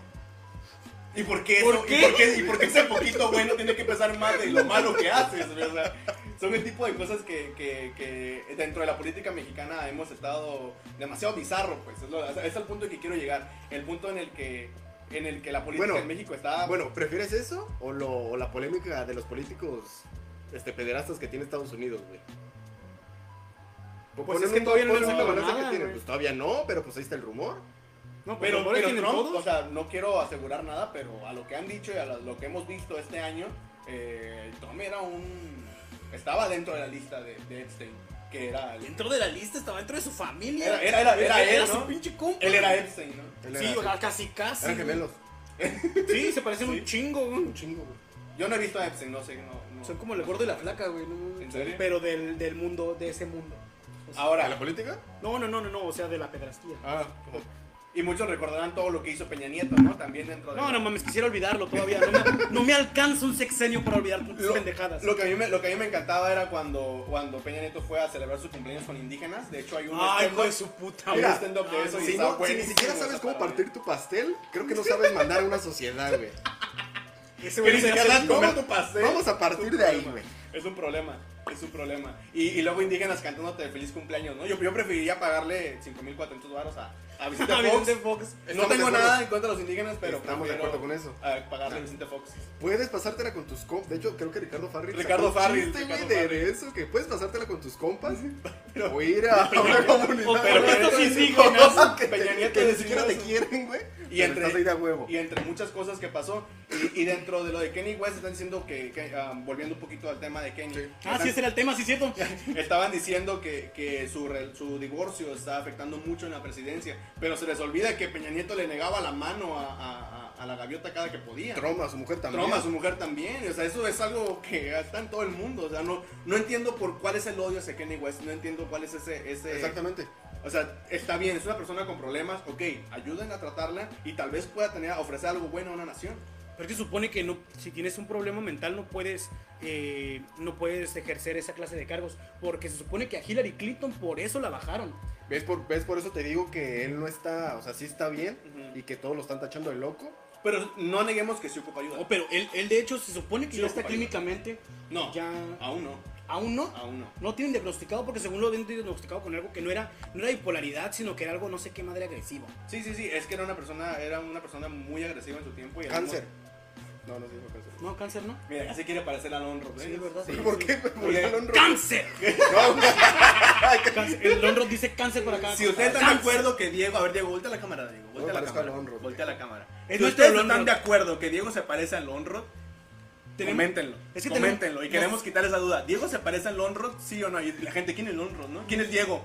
Speaker 1: ¿Y por qué,
Speaker 3: ¿Por
Speaker 1: eso?
Speaker 3: qué?
Speaker 1: ¿Y por qué? ¿Y por qué ese poquito bueno tiene que pesar más de lo malo que haces? güey? O sea, son el tipo de cosas que, que- que dentro de la política mexicana hemos estado demasiado bizarro, pues. Es, lo- es el punto que quiero llegar. El punto en el que, en el que la política
Speaker 2: Bueno,
Speaker 1: en México está...
Speaker 2: Bueno, ¿prefieres eso o, lo, o la polémica de los políticos este, pederastas que tiene Estados Unidos, güey?
Speaker 3: Pues
Speaker 2: Ponen
Speaker 3: es que
Speaker 2: un-
Speaker 3: todavía no
Speaker 2: ponen
Speaker 3: han
Speaker 2: una
Speaker 3: sacado
Speaker 2: balanza
Speaker 3: nada,
Speaker 2: que tienen.
Speaker 3: güey.
Speaker 2: Pues todavía no, pero pues ahí está el rumor.
Speaker 3: No,
Speaker 1: pero,
Speaker 3: ahora
Speaker 1: pero
Speaker 3: tienen
Speaker 1: Trump,
Speaker 3: todos.
Speaker 1: o sea, no quiero asegurar nada, pero a lo que han dicho y a la- lo que hemos visto este año, eh, Trump era un... Estaba dentro de la lista de, de Epstein, que era... el-
Speaker 3: Dentro de la lista estaba dentro de su familia.
Speaker 1: Era- era- era- era él,
Speaker 3: su
Speaker 1: ¿no?
Speaker 3: pinche compa.
Speaker 1: Él era Epstein, ¿no?
Speaker 2: Él
Speaker 3: Sí,
Speaker 2: era-
Speaker 3: o sea, casi casi.
Speaker 2: eran gemelos.
Speaker 3: Sí, se parecen un chingo, güey.
Speaker 2: Chingo, güey.
Speaker 1: Yo no he visto a Epstein, no sé, no. no.
Speaker 3: Son como el gordo y la flaca, güey. ¿no?
Speaker 1: ¿En serio?
Speaker 3: Pero del, del mundo, de ese mundo.
Speaker 2: ¿De la
Speaker 1: Ahora,
Speaker 2: política?
Speaker 3: No, no, no, no, no, o sea, de la pedrastía.
Speaker 2: Ah,
Speaker 1: y muchos recordarán todo lo que hizo Peña Nieto, ¿no? También dentro de.
Speaker 3: No, no mames, quisiera olvidarlo todavía. No me, no me alcanza un sexenio para olvidar tus
Speaker 1: Lo-
Speaker 3: pendejadas.
Speaker 1: Lo que, a mí me, lo que a mí me encantaba era cuando, cuando Peña Nieto fue a celebrar su cumpleaños con indígenas. De hecho, hay un
Speaker 3: Ay, hijo
Speaker 1: stand-up-
Speaker 3: de su puta
Speaker 1: hay un
Speaker 2: Mira,
Speaker 1: stand-up de eso y
Speaker 2: si,
Speaker 1: está
Speaker 2: no- si ni
Speaker 1: buenísimo
Speaker 2: siquiera
Speaker 1: esa
Speaker 2: sabes cómo
Speaker 1: parodia.
Speaker 2: partir tu pastel, creo que no sabes mandar a una sociedad, güey.
Speaker 3: Ese
Speaker 1: Que
Speaker 3: güey
Speaker 1: ni
Speaker 3: se
Speaker 1: siquiera
Speaker 3: hace-
Speaker 1: sabes comer tu pastel.
Speaker 2: Vamos a
Speaker 1: Es
Speaker 2: partir
Speaker 1: un
Speaker 2: de ahí,
Speaker 1: problema.
Speaker 2: güey.
Speaker 1: Es un problema, es un problema. Y, y luego indígenas cantándote de feliz cumpleaños, ¿no? Yo, yo preferiría pagarle 5.400 baros a, a Vicente
Speaker 3: A Vicente
Speaker 1: Fox.
Speaker 3: Fox.
Speaker 1: No
Speaker 2: Estamos de
Speaker 1: tengo
Speaker 2: acuerdo.
Speaker 1: nada en contra de los indígenas, pero
Speaker 2: Estamos de
Speaker 1: prefiero
Speaker 2: acuerdo con eso. Ah.
Speaker 1: a pagarle a Vicente Fox.
Speaker 2: Puedes pasártela con tus compas. De hecho, creo que Ricardo Farril.
Speaker 1: Ricardo
Speaker 2: sacó un
Speaker 1: Farril,
Speaker 2: chiste, güey,
Speaker 1: Ricardo
Speaker 2: de
Speaker 1: Farril.
Speaker 2: eso, que puedes pasártela con tus compas. o ir a una comunidad.
Speaker 3: O pero
Speaker 2: güey,
Speaker 3: estos
Speaker 2: que-
Speaker 3: indígenas.
Speaker 2: que,
Speaker 1: Peña
Speaker 2: que
Speaker 1: Nieto
Speaker 2: ni
Speaker 1: decidió
Speaker 2: siquiera te
Speaker 1: eso.
Speaker 2: quieren, güey.
Speaker 1: Y
Speaker 2: pero
Speaker 1: entre-
Speaker 2: estás ahí de a huevo.
Speaker 1: Y entre muchas cosas que pasó. Y, y dentro de lo de Kenny West están diciendo que, que, ah, volviendo un poquito al tema de Kenny,
Speaker 3: Ah,
Speaker 1: están-
Speaker 3: sí, ese era el tema, sí, cierto.
Speaker 1: estaban diciendo que, que su, re- su divorcio está afectando mucho en la presidencia. Pero se les olvida que Peña Nieto le negaba la mano a, a- a- a la gaviota cada que podía.
Speaker 2: Troma, su mujer también.
Speaker 1: Troma, su mujer también. O sea, eso es algo que está en todo el mundo. O sea, no, no entiendo por cuál es el odio hacia Kenny West. No entiendo cuál es ese... ese
Speaker 2: Exactamente.
Speaker 1: o sea, está bien, es una persona con problemas, ok, ayuden a tratarla y tal vez pueda tener, ofrecer algo bueno a una nación.
Speaker 3: Pero se supone que no, si tienes un problema mental no puedes, eh, no puedes ejercer esa clase de cargos. Porque se supone que a Hillary Clinton por eso la bajaron.
Speaker 2: ¿Ves por, ¿Ves por eso te digo que él no está, o sea, sí está bien y que todos lo están tachando de loco?
Speaker 1: Pero no neguemos que sí ocupa ayuda.
Speaker 2: Oh,
Speaker 3: No, pero él, él de hecho se supone que
Speaker 1: Sí,
Speaker 3: ya está
Speaker 1: ocupa ayuda.
Speaker 3: clínicamente.
Speaker 1: No,
Speaker 3: Ya.
Speaker 1: aún no,
Speaker 3: Aún no.
Speaker 1: aún no.
Speaker 3: No tienen diagnosticado porque según lo habían diagnosticado con algo que no era, no era bipolaridad, sino que era algo no sé qué madre agresivo.
Speaker 1: Sí, sí, sí, es que era una persona, era una persona muy agresiva en su tiempo. Y
Speaker 2: Cáncer. No, no se dijo cáncer.
Speaker 3: No, cáncer, ¿no?
Speaker 1: Mira, ya se quiere parecer a Lon ¿eh? Robles.
Speaker 3: Sí, de verdad.
Speaker 2: ¿Por qué? güey? ¿Por qué lo han robado?
Speaker 3: ¡Cáncer!
Speaker 2: No, güey.
Speaker 3: Cáncer. El Don Ross dice Ah, pues, cáncer para acá.
Speaker 1: Si ustedes están de acuerdo que Diego, a ver Diego, voltea a la cámara, Diego, voltea a la
Speaker 2: parezco a
Speaker 1: cámara,
Speaker 2: Lon Robles.
Speaker 1: voltea a la cámara.
Speaker 3: Es
Speaker 1: Si
Speaker 3: nuestro
Speaker 1: ustedes
Speaker 3: Lon
Speaker 1: están de
Speaker 3: Robles.
Speaker 1: acuerdo que Diego se parece a Lonrod,
Speaker 3: Tenemos-
Speaker 1: coméntenlo,
Speaker 3: es que
Speaker 1: coméntenlo
Speaker 3: tenemos-
Speaker 1: y queremos quitar esa duda. Diego se parece a Lonrod, sí o no? Y la gente, ¿quién es Lonrod, no? ¿Quién es Diego?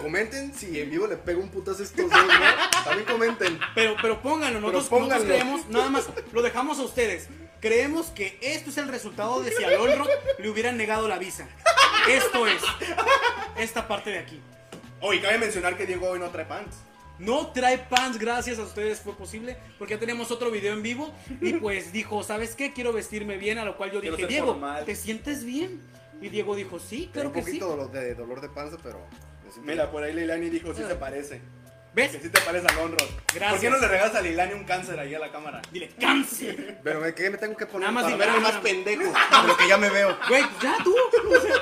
Speaker 2: Comenten si en vivo le pego un putazo a estos dos, ¿no? También comenten.
Speaker 3: Pero, pero pónganlo, nosotros,
Speaker 2: Pero pónganlo.
Speaker 3: nosotros creemos, nada más, lo dejamos a ustedes. Creemos que esto es el resultado de si a Lolrock le hubieran negado la visa. Esto es, esta parte de aquí.
Speaker 1: Oh, y cabe mencionar que Diego hoy no trae pants.
Speaker 3: No trae pants, gracias a ustedes fue posible, porque ya teníamos otro video en vivo y pues dijo, ¿sabes qué? Quiero vestirme bien, a lo cual yo
Speaker 1: Quiero
Speaker 3: dije,
Speaker 1: ser
Speaker 3: Diego,
Speaker 1: formal".
Speaker 3: ¿te sientes bien? Y Diego dijo, sí,
Speaker 2: Tengo
Speaker 3: claro
Speaker 2: un
Speaker 3: que sí.
Speaker 2: poquito dolor de dolor de panza, pero. me siento
Speaker 1: Mira, por ahí Leilani dijo, sí se parece. Que
Speaker 3: ¿Ves?
Speaker 1: sí te parece a Lonrod.
Speaker 3: Gracias.
Speaker 1: ¿Por qué no le regalas a Leilani un cáncer ahí a la cámara?
Speaker 3: Dile, cáncer.
Speaker 2: bien. Pero me, ¿qué me tengo que poner
Speaker 3: Nada más
Speaker 2: para
Speaker 3: dime,
Speaker 2: verme
Speaker 3: nada,
Speaker 2: más
Speaker 3: nada.
Speaker 2: pendejo de lo que ya me veo?
Speaker 3: Güey, pues ya tú. o sea,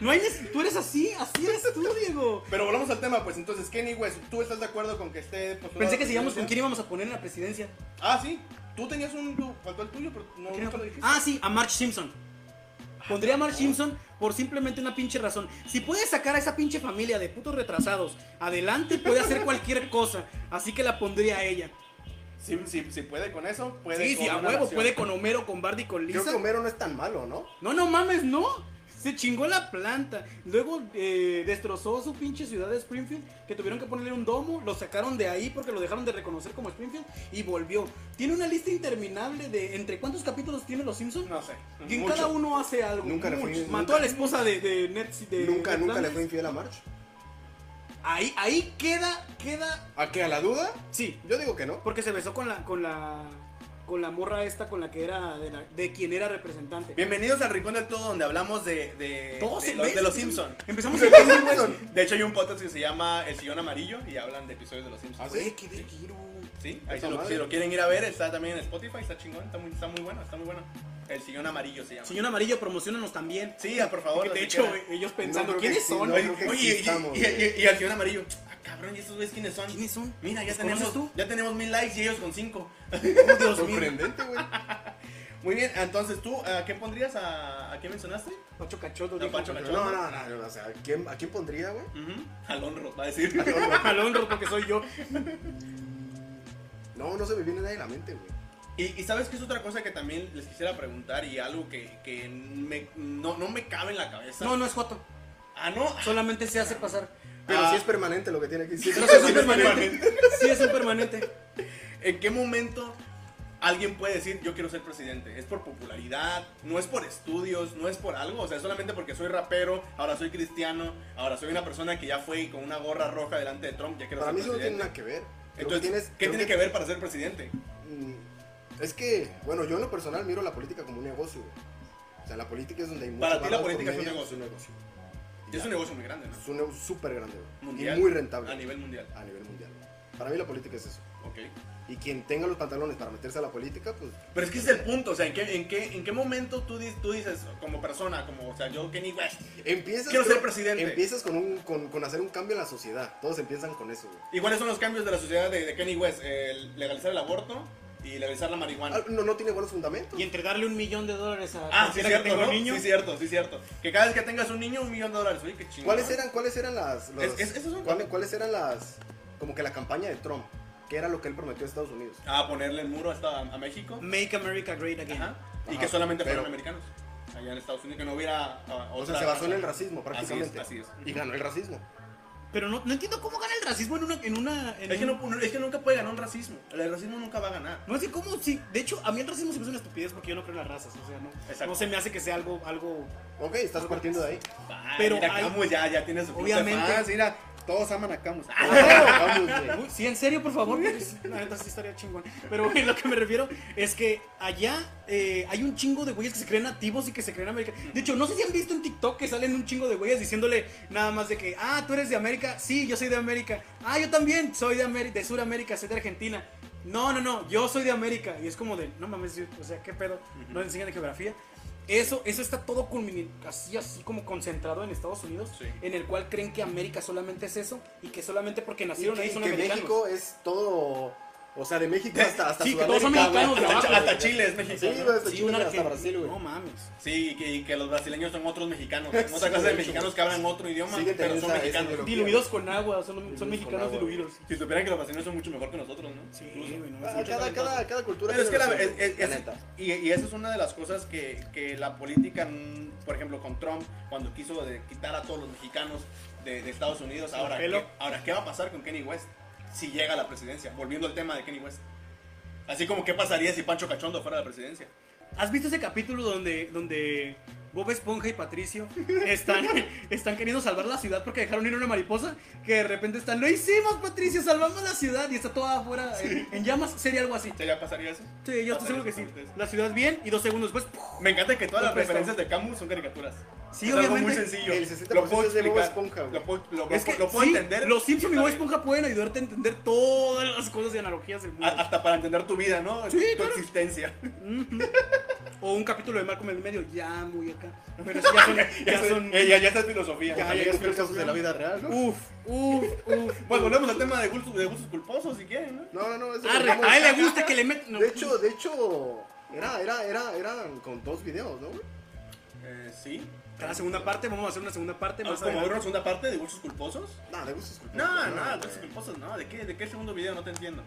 Speaker 3: no hay, neces- tú eres así, así eres tú, Diego.
Speaker 1: Pero volvamos al tema, pues entonces, Kenny West, ¿tú estás de acuerdo con que esté pues, postulado
Speaker 3: Pensé
Speaker 1: a
Speaker 3: que
Speaker 1: la
Speaker 3: sigamos con
Speaker 1: presidencia?
Speaker 3: quién íbamos a poner en la presidencia.
Speaker 1: Ah, sí. Tú tenías un. tu- faltó el tuyo, pero no,
Speaker 3: ¿Quién
Speaker 1: nunca
Speaker 3: era?
Speaker 1: lo dijiste.
Speaker 3: Ah, sí, a Marge Simpson. Pondría a Marge Simpson por simplemente una pinche razón. Si puede sacar a esa pinche familia de putos retrasados adelante, puede hacer cualquier cosa. Así que la pondría a ella.
Speaker 1: Si, si, si puede con eso, puede
Speaker 3: Sí,
Speaker 1: con
Speaker 3: sí, a
Speaker 1: una
Speaker 3: huevo,
Speaker 1: nación.
Speaker 3: puede con Homero, con Bardi, con
Speaker 2: Creo
Speaker 3: Lisa.
Speaker 2: que Homero no es tan malo, ¿no?
Speaker 3: No, no mames, no. Se chingó la planta. Luego eh, destrozó su pinche ciudad de Springfield, que tuvieron que ponerle un domo. Lo sacaron de ahí porque lo dejaron de reconocer como Springfield y volvió. Tiene una lista interminable de entre cuántos capítulos tiene Los Simpsons.
Speaker 1: No sé.
Speaker 3: Que en
Speaker 1: mucho.
Speaker 3: cada uno hace algo.
Speaker 2: Nunca le fue-
Speaker 3: Mucho.
Speaker 2: nunca-
Speaker 3: Mató a la esposa de, de Ned. De
Speaker 2: nunca, nunca
Speaker 3: Ned
Speaker 2: le
Speaker 3: Flanders.
Speaker 2: fue infiel a March.
Speaker 3: Ahí, ahí queda, queda.
Speaker 2: ¿A qué? ¿A la duda?
Speaker 3: Sí,
Speaker 2: Yo digo que no.
Speaker 3: porque se besó con la, con la, con la morra esta, con la que era, de, la- de quien era representante.
Speaker 1: Bienvenidos al Rincón del Todo, donde hablamos de, de,
Speaker 3: Todos
Speaker 1: de,
Speaker 3: en
Speaker 1: los,
Speaker 3: vez.
Speaker 1: de los Simpsons.
Speaker 3: Empezamos el Game
Speaker 1: De hecho, hay un podcast que se llama El Sillón Amarillo y hablan de episodios de los Simpsons.
Speaker 2: ¿Ah, sí?
Speaker 3: qué
Speaker 1: Sí, ahí
Speaker 2: Esa
Speaker 1: si lo,
Speaker 2: madre.
Speaker 1: si lo quieren ir a ver, está también en Spotify, está chingón, está muy, está muy bueno, está muy bueno. El Sillón Amarillo se llama.
Speaker 3: Señor Amarillo, promocionanos también.
Speaker 1: Sí, ah, por favor.
Speaker 3: de
Speaker 1: así
Speaker 3: hecho,
Speaker 1: que-
Speaker 3: ellos pensando,
Speaker 2: creo que
Speaker 3: ¿quiénes
Speaker 2: sí,
Speaker 3: son?
Speaker 2: no creo que
Speaker 1: Oye, y-
Speaker 2: existamos,
Speaker 1: y,
Speaker 2: güey.
Speaker 1: y- y al Sillón Amarillo, ah, cabrón, ¿y estos güeyes quiénes son?
Speaker 3: ¿Quiénes son?
Speaker 1: Mira, ya
Speaker 3: ¿Los
Speaker 1: tenemos,
Speaker 3: conoces tú?
Speaker 1: ya tenemos mil likes y ellos con cinco.
Speaker 3: Oh, Dios mío.
Speaker 2: Sorprendente, güey.
Speaker 1: Muy bien, entonces tú, ¿a qué pondrías? ¿A, a qué mencionaste?
Speaker 3: Pacho Cachondo,
Speaker 1: A
Speaker 3: dijo.
Speaker 1: Pacho
Speaker 2: No,
Speaker 1: Cachondo.
Speaker 2: no, no, no, O sea, ¿a quién, a quién pondría, güey?
Speaker 1: Ujú, Al Onrod, va a decir.
Speaker 3: Al honro, porque soy yo.
Speaker 2: No, no se me viene nadie a la mente, güey.
Speaker 1: Y, y sabes que es otra cosa que también les quisiera preguntar y algo que, que me- no, no me cabe en la cabeza.
Speaker 3: No, no es Joto.
Speaker 1: Ah, no.
Speaker 3: Solamente se hace pasar.
Speaker 2: Pero
Speaker 1: Ah.
Speaker 2: sí es permanente lo que tiene aquí. Sí,
Speaker 3: No sé, es un permanente. Sí, es un permanente.
Speaker 1: ¿En qué momento alguien puede decir yo quiero ser presidente? ¿Es por popularidad? ¿No es por estudios? ¿No es por algo? O sea, ¿es solamente porque soy rapero, ahora soy cristiano, ahora soy una persona que ya fue con una gorra roja delante de Trump, ya quiero
Speaker 2: Para
Speaker 1: ser
Speaker 2: mí eso no tiene
Speaker 1: presidente.
Speaker 2: nada que ver. Creo que
Speaker 1: Entonces,
Speaker 2: tienes-
Speaker 1: ¿qué
Speaker 2: creo
Speaker 1: tiene que ver para ser presidente?
Speaker 2: Mm, Es que, bueno, yo en lo personal miro la política como un negocio, güey. O sea, la política es donde hay mucho
Speaker 1: Para ti la
Speaker 2: varo por
Speaker 1: política es un
Speaker 2: medio,
Speaker 1: negocio.
Speaker 2: Y
Speaker 1: Es
Speaker 2: ya.
Speaker 1: un negocio muy grande,
Speaker 2: Es
Speaker 1: ¿no?
Speaker 2: un negocio súper grande, güey.
Speaker 1: Mundial.
Speaker 2: Y muy rentable.
Speaker 1: A nivel mundial.
Speaker 2: a nivel mundial. Para mí la política es eso.
Speaker 1: Ok.
Speaker 2: Y quien tenga los pantalones para meterse a la política, pues
Speaker 1: Pero es que ese es el punto, o sea, ¿en qué, en qué, en qué momento tú, di- tú dices, como persona, como, o sea, yo Kenny West,
Speaker 2: empiezas...
Speaker 1: Quiero
Speaker 2: creo-
Speaker 1: ser presidente.
Speaker 2: Empiezas con, un, con, con hacer un cambio en la sociedad. Todos empiezan con eso, güey.
Speaker 1: ¿Y cuáles son los cambios de la sociedad de, de Kenny West? El legalizar el aborto y legalizar la marihuana.
Speaker 2: Ah, No, no tiene buenos fundamentos.
Speaker 3: Y entre darle un millón de dólares a
Speaker 1: Ah, sí,
Speaker 3: cualquiera
Speaker 1: cierto,
Speaker 3: que tenga
Speaker 1: ¿no?
Speaker 3: un niño.
Speaker 1: Sí, cierto, sí, cierto. Que cada vez que tengas un niño, un millón de dólares. Oye, qué chingón.
Speaker 2: ¿Cuáles eran, cuáles eran las... los-
Speaker 1: Es- es- esos son-
Speaker 2: ¿cuáles, cuáles eran las... Como que la campaña de Trump? Que era lo que él prometió a Estados Unidos.
Speaker 1: Ah, ponerle el muro hasta a México.
Speaker 3: Make America Great Again.
Speaker 1: Ajá. Y
Speaker 2: Ajá,
Speaker 1: que solamente
Speaker 2: pero-
Speaker 1: fueran americanos. Allá en Estados Unidos, que no hubiera. ah,
Speaker 2: O
Speaker 1: otra
Speaker 2: sea, se basó
Speaker 1: raza.
Speaker 2: en el racismo
Speaker 1: Así es,
Speaker 2: prácticamente.
Speaker 1: así es.
Speaker 2: Y ganó el racismo.
Speaker 3: Pero no, no entiendo cómo gana el racismo en una... En una en
Speaker 1: Es que,
Speaker 3: un-
Speaker 1: no, no- es que nunca puede ganar un racismo. El racismo nunca va a ganar.
Speaker 3: No sé cómo, sí. De hecho, a mí el racismo se me hace una estupidez porque yo no creo en las razas. O sea, no,
Speaker 1: Exacto.
Speaker 3: no se me hace que sea algo, algo.
Speaker 2: Ok, estás partiendo de ahí.
Speaker 1: Ah,
Speaker 3: Pero
Speaker 1: mira,
Speaker 3: hay-
Speaker 1: Camus ya, ya tiene su club de
Speaker 3: Obviamente.
Speaker 1: fans, Mira, todos aman a Camus. Ah,
Speaker 2: Vamos, güey.
Speaker 3: Uy, sí, en serio, por favor, porque sí, la neta sí estaría chingón. Pero güey, lo que me refiero es que allá eh, hay un chingo de güeyes que se creen nativos y que se creen americanos. De hecho, no sé si han visto en TikTok que salen un chingo de güeyes diciéndole nada más de que, ah, tú eres de América, sí, yo soy de América, ah, yo también soy de, América, de Sudamérica, soy de Argentina. No, no, no, yo soy de América. Y es como de, no mames, yo- o sea, qué pedo, no les enseñan de geografía. Eso, eso está todo culmin- así, así como concentrado en Estados Unidos,
Speaker 1: Sí.
Speaker 3: en el cual creen que América solamente es eso y que solamente porque
Speaker 2: Y
Speaker 3: nacieron
Speaker 2: que,
Speaker 3: ahí
Speaker 2: y
Speaker 3: son
Speaker 2: que
Speaker 3: americanos.
Speaker 2: México es todo. O sea, de México hasta, hasta
Speaker 3: Sí, que todos son
Speaker 2: Sudamérica,
Speaker 3: mexicanos de
Speaker 2: güey.
Speaker 1: hasta,
Speaker 3: abajo,
Speaker 1: hasta
Speaker 3: güey.
Speaker 1: Chile es México.
Speaker 2: Sí,
Speaker 1: ¿no?
Speaker 2: güey, hasta
Speaker 3: Sí,
Speaker 2: Chile,
Speaker 3: una
Speaker 2: hasta
Speaker 3: Argentina.
Speaker 2: Brasil,
Speaker 3: No
Speaker 2: güey.
Speaker 3: mames.
Speaker 1: Sí, y que, y que los brasileños son otros mexicanos.
Speaker 2: Sí,
Speaker 1: otra clase
Speaker 2: de
Speaker 1: de
Speaker 2: hecho.
Speaker 1: mexicanos que hablan otro idioma,
Speaker 2: Sigue
Speaker 1: pero
Speaker 2: teniendo
Speaker 1: son
Speaker 2: esa- esa
Speaker 1: mexicanos.
Speaker 2: ideología.
Speaker 3: Diluidos con agua, son,
Speaker 2: Diluidos
Speaker 3: son
Speaker 2: con
Speaker 3: mexicanos
Speaker 2: agua,
Speaker 3: diluidos.
Speaker 1: Si supieran que los brasileños son mucho mejor que nosotros, ¿no?
Speaker 3: Sí,
Speaker 1: Incluso.
Speaker 3: güey, no
Speaker 2: Ah,
Speaker 3: mames, mucha
Speaker 2: Cada,
Speaker 3: ventaja.
Speaker 2: cada, cada cultura.
Speaker 1: Pero es que la,
Speaker 2: tiene
Speaker 1: es-
Speaker 2: su-
Speaker 1: es-
Speaker 2: la
Speaker 1: es-
Speaker 2: neta.
Speaker 1: y, y esa es una de las cosas que, que la política, mm, por ejemplo, con Trump, cuando quiso de quitar a todos los mexicanos de, de Estados Unidos, ahora
Speaker 3: pelo.
Speaker 1: ¿qué, ahora, ¿qué va a pasar con Kenny West si llega a la presidencia? Volviendo al tema de Kenny West. Así como, ¿qué pasaría si Pancho Cachondo fuera a la presidencia?
Speaker 3: ¿Has visto ese capítulo donde, donde Bob Esponja y Patricio están, están queriendo salvar la ciudad porque dejaron ir una mariposa? Que de repente están, lo hicimos, Patricio, salvamos la ciudad y está toda afuera en, en llamas. Sería algo así.
Speaker 1: ¿Sería pasaría eso?
Speaker 3: Sí, yo estoy seguro que sí. La ciudad bien y dos segundos después. ¡puf!
Speaker 1: Me encanta que todas
Speaker 3: Lo
Speaker 1: las
Speaker 3: prestó.
Speaker 1: referencias de Camus son caricaturas.
Speaker 3: Sí,
Speaker 1: es algo muy
Speaker 3: obviamente.
Speaker 1: sencillo.
Speaker 2: El 60%
Speaker 1: lo puedo
Speaker 2: es de Bob
Speaker 1: explicar,
Speaker 2: Esponja, güey.
Speaker 1: Lo puedo, lo-
Speaker 3: Es que
Speaker 1: lo puedo
Speaker 3: sí,
Speaker 1: entender.
Speaker 3: los Simpsons y Bob
Speaker 1: Está bien.
Speaker 3: Esponja pueden ayudarte a entender todas las cosas y analogías del mundo.
Speaker 1: A- Hasta para entender tu vida, ¿no?
Speaker 3: Sí,
Speaker 1: tu
Speaker 3: claro.
Speaker 1: existencia.
Speaker 3: Ujú. O un capítulo de Malcolm en el medio, ya muy acá. Pero eso ya son.
Speaker 1: Ya,
Speaker 3: ya son-
Speaker 1: eh, ya, ya está en filosofía.
Speaker 3: Ya,
Speaker 2: También
Speaker 3: ya,
Speaker 2: es que
Speaker 3: ya,
Speaker 2: los casos de la vida real, ¿no?
Speaker 3: Uf, uf, uf.
Speaker 1: Pues volvemos al tema de gustos, de gustos culposos, si quieren, ¿no?
Speaker 2: No, no, no. eso
Speaker 3: Arre,
Speaker 2: digamos-
Speaker 3: a él le gusta que le metan. no.
Speaker 2: De hecho, de hecho. Era, era, era, eran con dos videos, ¿no? güey?
Speaker 1: Eh, sí.
Speaker 3: Está la segunda parte, vamos a hacer una segunda parte.
Speaker 1: ¿Vamos a
Speaker 3: Más
Speaker 1: ver
Speaker 3: adelante.
Speaker 1: una segunda parte de gustos culposos?
Speaker 2: Nada, de gustos culposos.
Speaker 1: No, no,
Speaker 2: güey.
Speaker 1: gustos culposos, no. ¿De qué, ¿De qué segundo video? No te entiendo.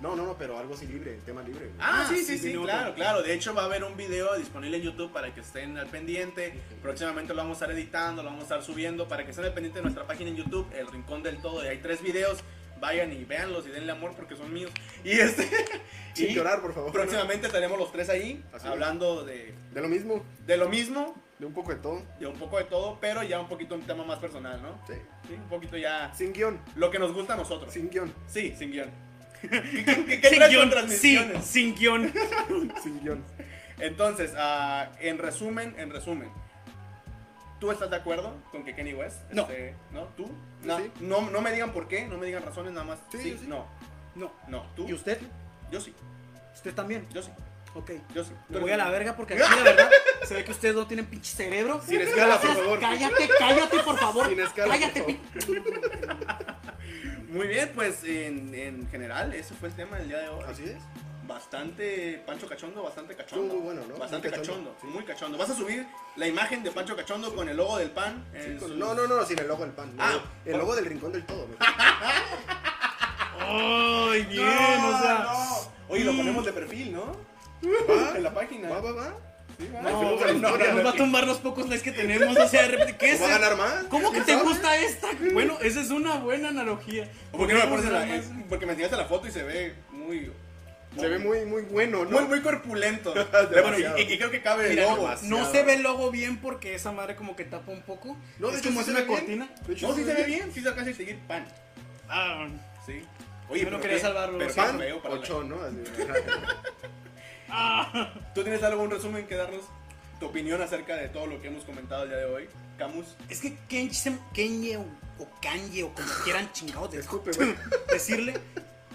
Speaker 2: No, no, no, pero algo así libre, el tema libre. güey.
Speaker 1: Ah,
Speaker 5: Ah,
Speaker 1: sí, sí,
Speaker 5: sí,
Speaker 1: sí,
Speaker 5: minuto.
Speaker 1: claro, claro. De hecho, va a haber un video disponible en YouTube para que estén al pendiente. Próximamente lo vamos a estar editando, lo vamos a estar subiendo. Para que estén al pendiente de nuestra página en YouTube, El Rincón del Todo. Y hay tres videos. Vayan y véanlos y denle amor porque son míos. Y este.
Speaker 2: Sin
Speaker 1: y
Speaker 2: llorar, por favor.
Speaker 1: próximamente tenemos los tres ahí
Speaker 2: Así es.
Speaker 1: hablando de,
Speaker 2: De lo mismo,
Speaker 1: de lo mismo,
Speaker 2: de un poco de todo.
Speaker 1: de un poco de todo, pero ya un poquito un tema más personal, ¿no?
Speaker 2: Sí.
Speaker 1: Sí, un poquito ya.
Speaker 2: Sin guión,
Speaker 1: Lo que nos gusta a nosotros. Sí,
Speaker 2: sin guión,
Speaker 1: sin guión. ¿Qué, qué, qué traes
Speaker 5: sin
Speaker 1: con
Speaker 5: guión, sí,
Speaker 1: transmisiones?
Speaker 5: sin guión.
Speaker 2: sin guión.
Speaker 1: Entonces, ah, en resumen, en resumen, ¿tú estás de acuerdo con que Kenny West?
Speaker 5: No.
Speaker 1: este, ¿No? ¿Tú?
Speaker 2: Yo
Speaker 1: No,
Speaker 2: sí.
Speaker 1: no, no me digan por qué, no me digan razones, nada más.
Speaker 2: Sí, yo sí.
Speaker 1: No,
Speaker 3: No.
Speaker 1: no. ¿Tú?
Speaker 3: ¿Y usted?
Speaker 1: Yo sí,
Speaker 3: ¿Usted también?
Speaker 1: yo sí,
Speaker 3: Ok.
Speaker 1: yo sí. Tú
Speaker 3: Me
Speaker 1: eres
Speaker 3: voy a la
Speaker 1: mi-
Speaker 3: verga porque aquí la verdad se ve que ustedes no tienen pinche cerebro.
Speaker 2: Sin escala, por
Speaker 3: Entonces,
Speaker 2: favor.
Speaker 3: Cállate, cállate, por favor.
Speaker 2: Sin escala, por
Speaker 3: cállate,
Speaker 2: favor.
Speaker 3: pin-
Speaker 1: Muy bien, pues en, en general, ese fue el tema del día de hoy.
Speaker 2: Así es.
Speaker 1: Bastante Pancho Cachondo, bastante cachondo.
Speaker 2: Estuvo muy bueno, ¿no?
Speaker 1: Bastante
Speaker 2: Muy
Speaker 1: cachondo,
Speaker 2: cachondo,
Speaker 1: muy cachondo. ¿Vas a subir la imagen de Pancho Cachondo con el logo del pan? en
Speaker 2: Con-
Speaker 1: sus-
Speaker 2: No, no, no, sin el Ah, logo del pan. no,
Speaker 1: Ah.
Speaker 2: el logo del rincón del todo. güey.
Speaker 5: Ay, bien,
Speaker 1: No,
Speaker 5: o sea.
Speaker 1: no.
Speaker 5: Mm.
Speaker 1: Oye, lo ponemos de perfil, ¿no? En la página.
Speaker 2: Va, va, va.
Speaker 1: Sí, va.
Speaker 5: No,
Speaker 2: no,
Speaker 5: güey,
Speaker 2: no,
Speaker 5: nos
Speaker 2: no,
Speaker 5: va a tumbar los pocos likes que tenemos. O sea, de repente, ¿qué es
Speaker 2: ¿O va a
Speaker 5: eso?
Speaker 2: ganar más?
Speaker 3: ¿Cómo que
Speaker 2: ¿Quién
Speaker 3: te
Speaker 2: sabe?
Speaker 3: gusta esta?
Speaker 5: Bueno, esa es una buena analogía.
Speaker 1: ¿Por qué no me
Speaker 5: Podemos
Speaker 1: pones la-
Speaker 5: nada más-
Speaker 1: eh, Porque me enseñaste la foto y se ve muy.
Speaker 2: Se ve muy, muy bueno, ¿no?
Speaker 1: Muy, muy corpulento. bueno,
Speaker 2: Demasiado.
Speaker 1: y, y creo que cabe el
Speaker 5: Mira,
Speaker 1: lobo.
Speaker 5: no, no se ve el logo bien porque esa madre como que tapa un poco.
Speaker 2: No, de
Speaker 5: es
Speaker 2: hecho,
Speaker 5: como es
Speaker 2: sí
Speaker 5: una
Speaker 2: se ve bien.
Speaker 5: cortina.
Speaker 2: De hecho,
Speaker 1: No,
Speaker 2: sí
Speaker 1: sí se ve bien. Sí se alcanza a seguir pan.
Speaker 5: Ah,
Speaker 1: Sí.
Speaker 5: Yo no quería
Speaker 1: qué-
Speaker 5: salvarlo,
Speaker 1: Pero
Speaker 2: Pan,
Speaker 1: pan, veo para la-
Speaker 2: ocho, ¿no? Así,
Speaker 5: ah.
Speaker 1: ¿Tú tienes algún resumen que darnos? Tu opinión acerca de todo lo que hemos comentado el día de hoy, Camus.
Speaker 3: Es que Kenji, se- Kenye o, o Kanye o como quieran chingados de
Speaker 2: Disculpe, güey.
Speaker 3: decirle,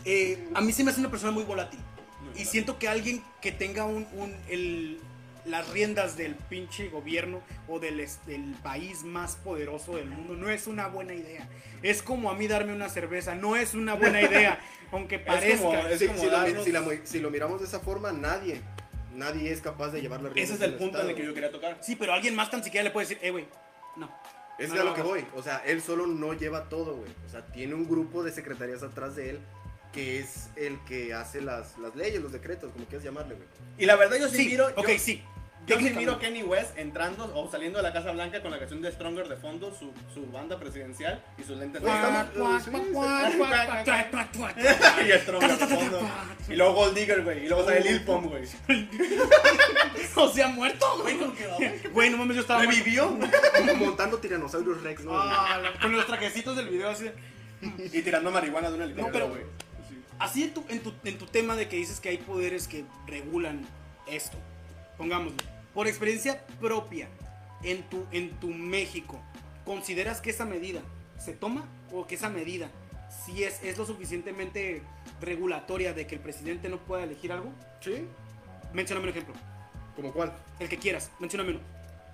Speaker 3: eh, a mí se me hace una persona muy volátil.
Speaker 1: Muy
Speaker 3: Y
Speaker 1: volátil.
Speaker 3: siento que alguien que tenga un, un- el- las riendas del pinche gobierno o del, es- del país más poderoso del mundo no es una buena idea. Es como a mí darme una cerveza, no es una buena idea, aunque
Speaker 1: Es como-
Speaker 3: parezca.
Speaker 1: es
Speaker 2: Si,
Speaker 1: como
Speaker 2: si lo, mi-
Speaker 1: darnos-
Speaker 2: si la mu- si lo miramos de esa forma, nadie, nadie es capaz de llevar la rienda
Speaker 1: Ese es
Speaker 2: del
Speaker 1: el punto en el
Speaker 2: Estado.
Speaker 1: que yo quería tocar.
Speaker 3: Sí, pero alguien más tan siquiera le puede decir, eh, güey, no.
Speaker 2: Es
Speaker 3: No,
Speaker 2: que a
Speaker 3: no,
Speaker 2: lo que
Speaker 3: no.
Speaker 2: voy. O sea, él solo no lleva todo, güey. O sea, tiene un grupo de secretarías atrás de él que es el que hace las, las leyes, los decretos, como quieras llamarle, güey.
Speaker 1: Y la verdad, yo sí,
Speaker 3: Sí,
Speaker 1: miro.
Speaker 3: ok,
Speaker 1: yo-
Speaker 3: sí.
Speaker 1: Yo sí
Speaker 3: Técnicamente.
Speaker 1: miro a Kenny West entrando o saliendo de la Casa Blanca con la canción de Stronger de fondo, su, su banda presidencial y sus lentes
Speaker 2: Pues,
Speaker 1: negros.
Speaker 2: estamos-
Speaker 1: y el Stronger de fondo. Y luego Gold Digger, güey. Y luego sale Lil Pump, güey.
Speaker 3: O sea, muerto, güey. Güey, no mames, yo estaba muy-
Speaker 1: Revivió.
Speaker 2: Como montando tiranosaurios Rex, ¿no?
Speaker 3: Ah, la- con los trajecitos del video así. de-
Speaker 1: Y tirando marihuana de un
Speaker 3: No, pero-
Speaker 1: helicóptero, güey. Sí.
Speaker 3: Así en tu, en, tu, en tu tema de que dices que hay poderes que regulan esto, pongámoslo, por experiencia propia, en tu, en tu México, ¿consideras que esa medida se toma o que esa medida si es, es lo suficientemente regulatoria de que el presidente no pueda elegir algo?
Speaker 2: Sí.
Speaker 3: Mencióname un ejemplo,
Speaker 2: ¿Como cuál?
Speaker 3: el que quieras, mencióname uno.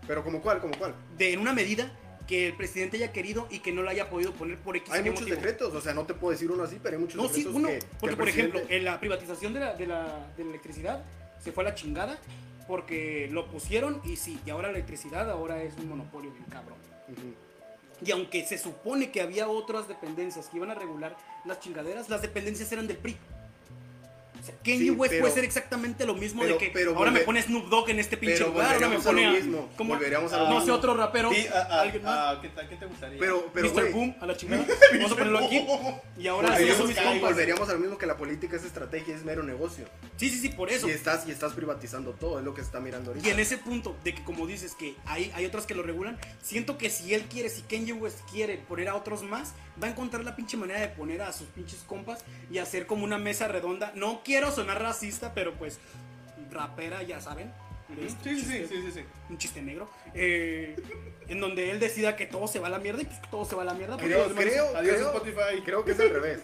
Speaker 2: Pero como cuál, como cuál.
Speaker 3: De en una medida que el presidente haya querido y que no la haya podido poner por X
Speaker 2: Hay
Speaker 3: o Y
Speaker 2: muchos
Speaker 3: motivo.
Speaker 2: decretos, o sea, no te puedo decir uno así, pero hay muchos
Speaker 3: No, sí,
Speaker 2: decretos
Speaker 3: uno.
Speaker 2: que- que
Speaker 3: porque,
Speaker 2: el
Speaker 3: por
Speaker 2: presidente-
Speaker 3: ejemplo, en la privatización de la, de, la, de la electricidad se fue a la chingada porque lo pusieron y sí, y ahora la electricidad ahora es un monopolio bien cabrón.
Speaker 2: Ujú.
Speaker 3: Y aunque se supone que había otras dependencias que iban a regular las chingaderas, las dependencias eran del PRI. O sea, Kanye
Speaker 2: Sí,
Speaker 3: West
Speaker 2: pero-
Speaker 3: puede ser exactamente lo mismo
Speaker 2: pero-
Speaker 3: de que
Speaker 2: pero
Speaker 3: ahora me
Speaker 2: volve-
Speaker 3: pones Snoop Dogg en este pinche
Speaker 2: Pero
Speaker 3: lugar, ahora me
Speaker 2: volveríamos a
Speaker 3: pone
Speaker 2: lo
Speaker 3: a-
Speaker 2: mismo.
Speaker 3: ¿cómo?
Speaker 2: Volveríamos a lo
Speaker 1: Ah,
Speaker 3: no sé,
Speaker 2: mismo.
Speaker 3: otro rapero,
Speaker 1: Sí, ah, ah,
Speaker 3: alguien más.
Speaker 1: ah, ¿qué, tal- qué te gustaría? Oh,
Speaker 2: Pero, pero,
Speaker 3: Mr.
Speaker 2: güey,
Speaker 3: Boom, a la chingada. Vamos a ponerlo aquí. Y ahora sí,
Speaker 1: Volveríamos
Speaker 3: son mis
Speaker 1: a-
Speaker 3: compas.
Speaker 2: volveríamos a lo mismo que la política es estrategia, es mero negocio.
Speaker 3: Sí, sí, sí, por eso.
Speaker 2: Y estás, y estás privatizando todo, es lo que se está mirando ahorita.
Speaker 3: Y en ese punto de que como dices que hay, hay otras que lo regulan, siento que si él quiere, si Kanye West quiere poner a otros más, va a encontrar la pinche manera de poner a sus pinches compas y hacer como una mesa redonda. No quiero sonar racista, pero pues rapera, ya saben.
Speaker 1: Ujú.
Speaker 3: Este,
Speaker 1: Sí, sí, sí,
Speaker 3: chiste-
Speaker 1: sí, sí, sí.
Speaker 3: Un chiste negro. eh, en donde él decida que todo se va a la mierda y pues todo se va a la mierda. porque
Speaker 2: Creo-
Speaker 3: los demás-
Speaker 2: creo-
Speaker 1: Adiós,
Speaker 2: creo-
Speaker 1: Spotify.
Speaker 2: Creo que es al revés.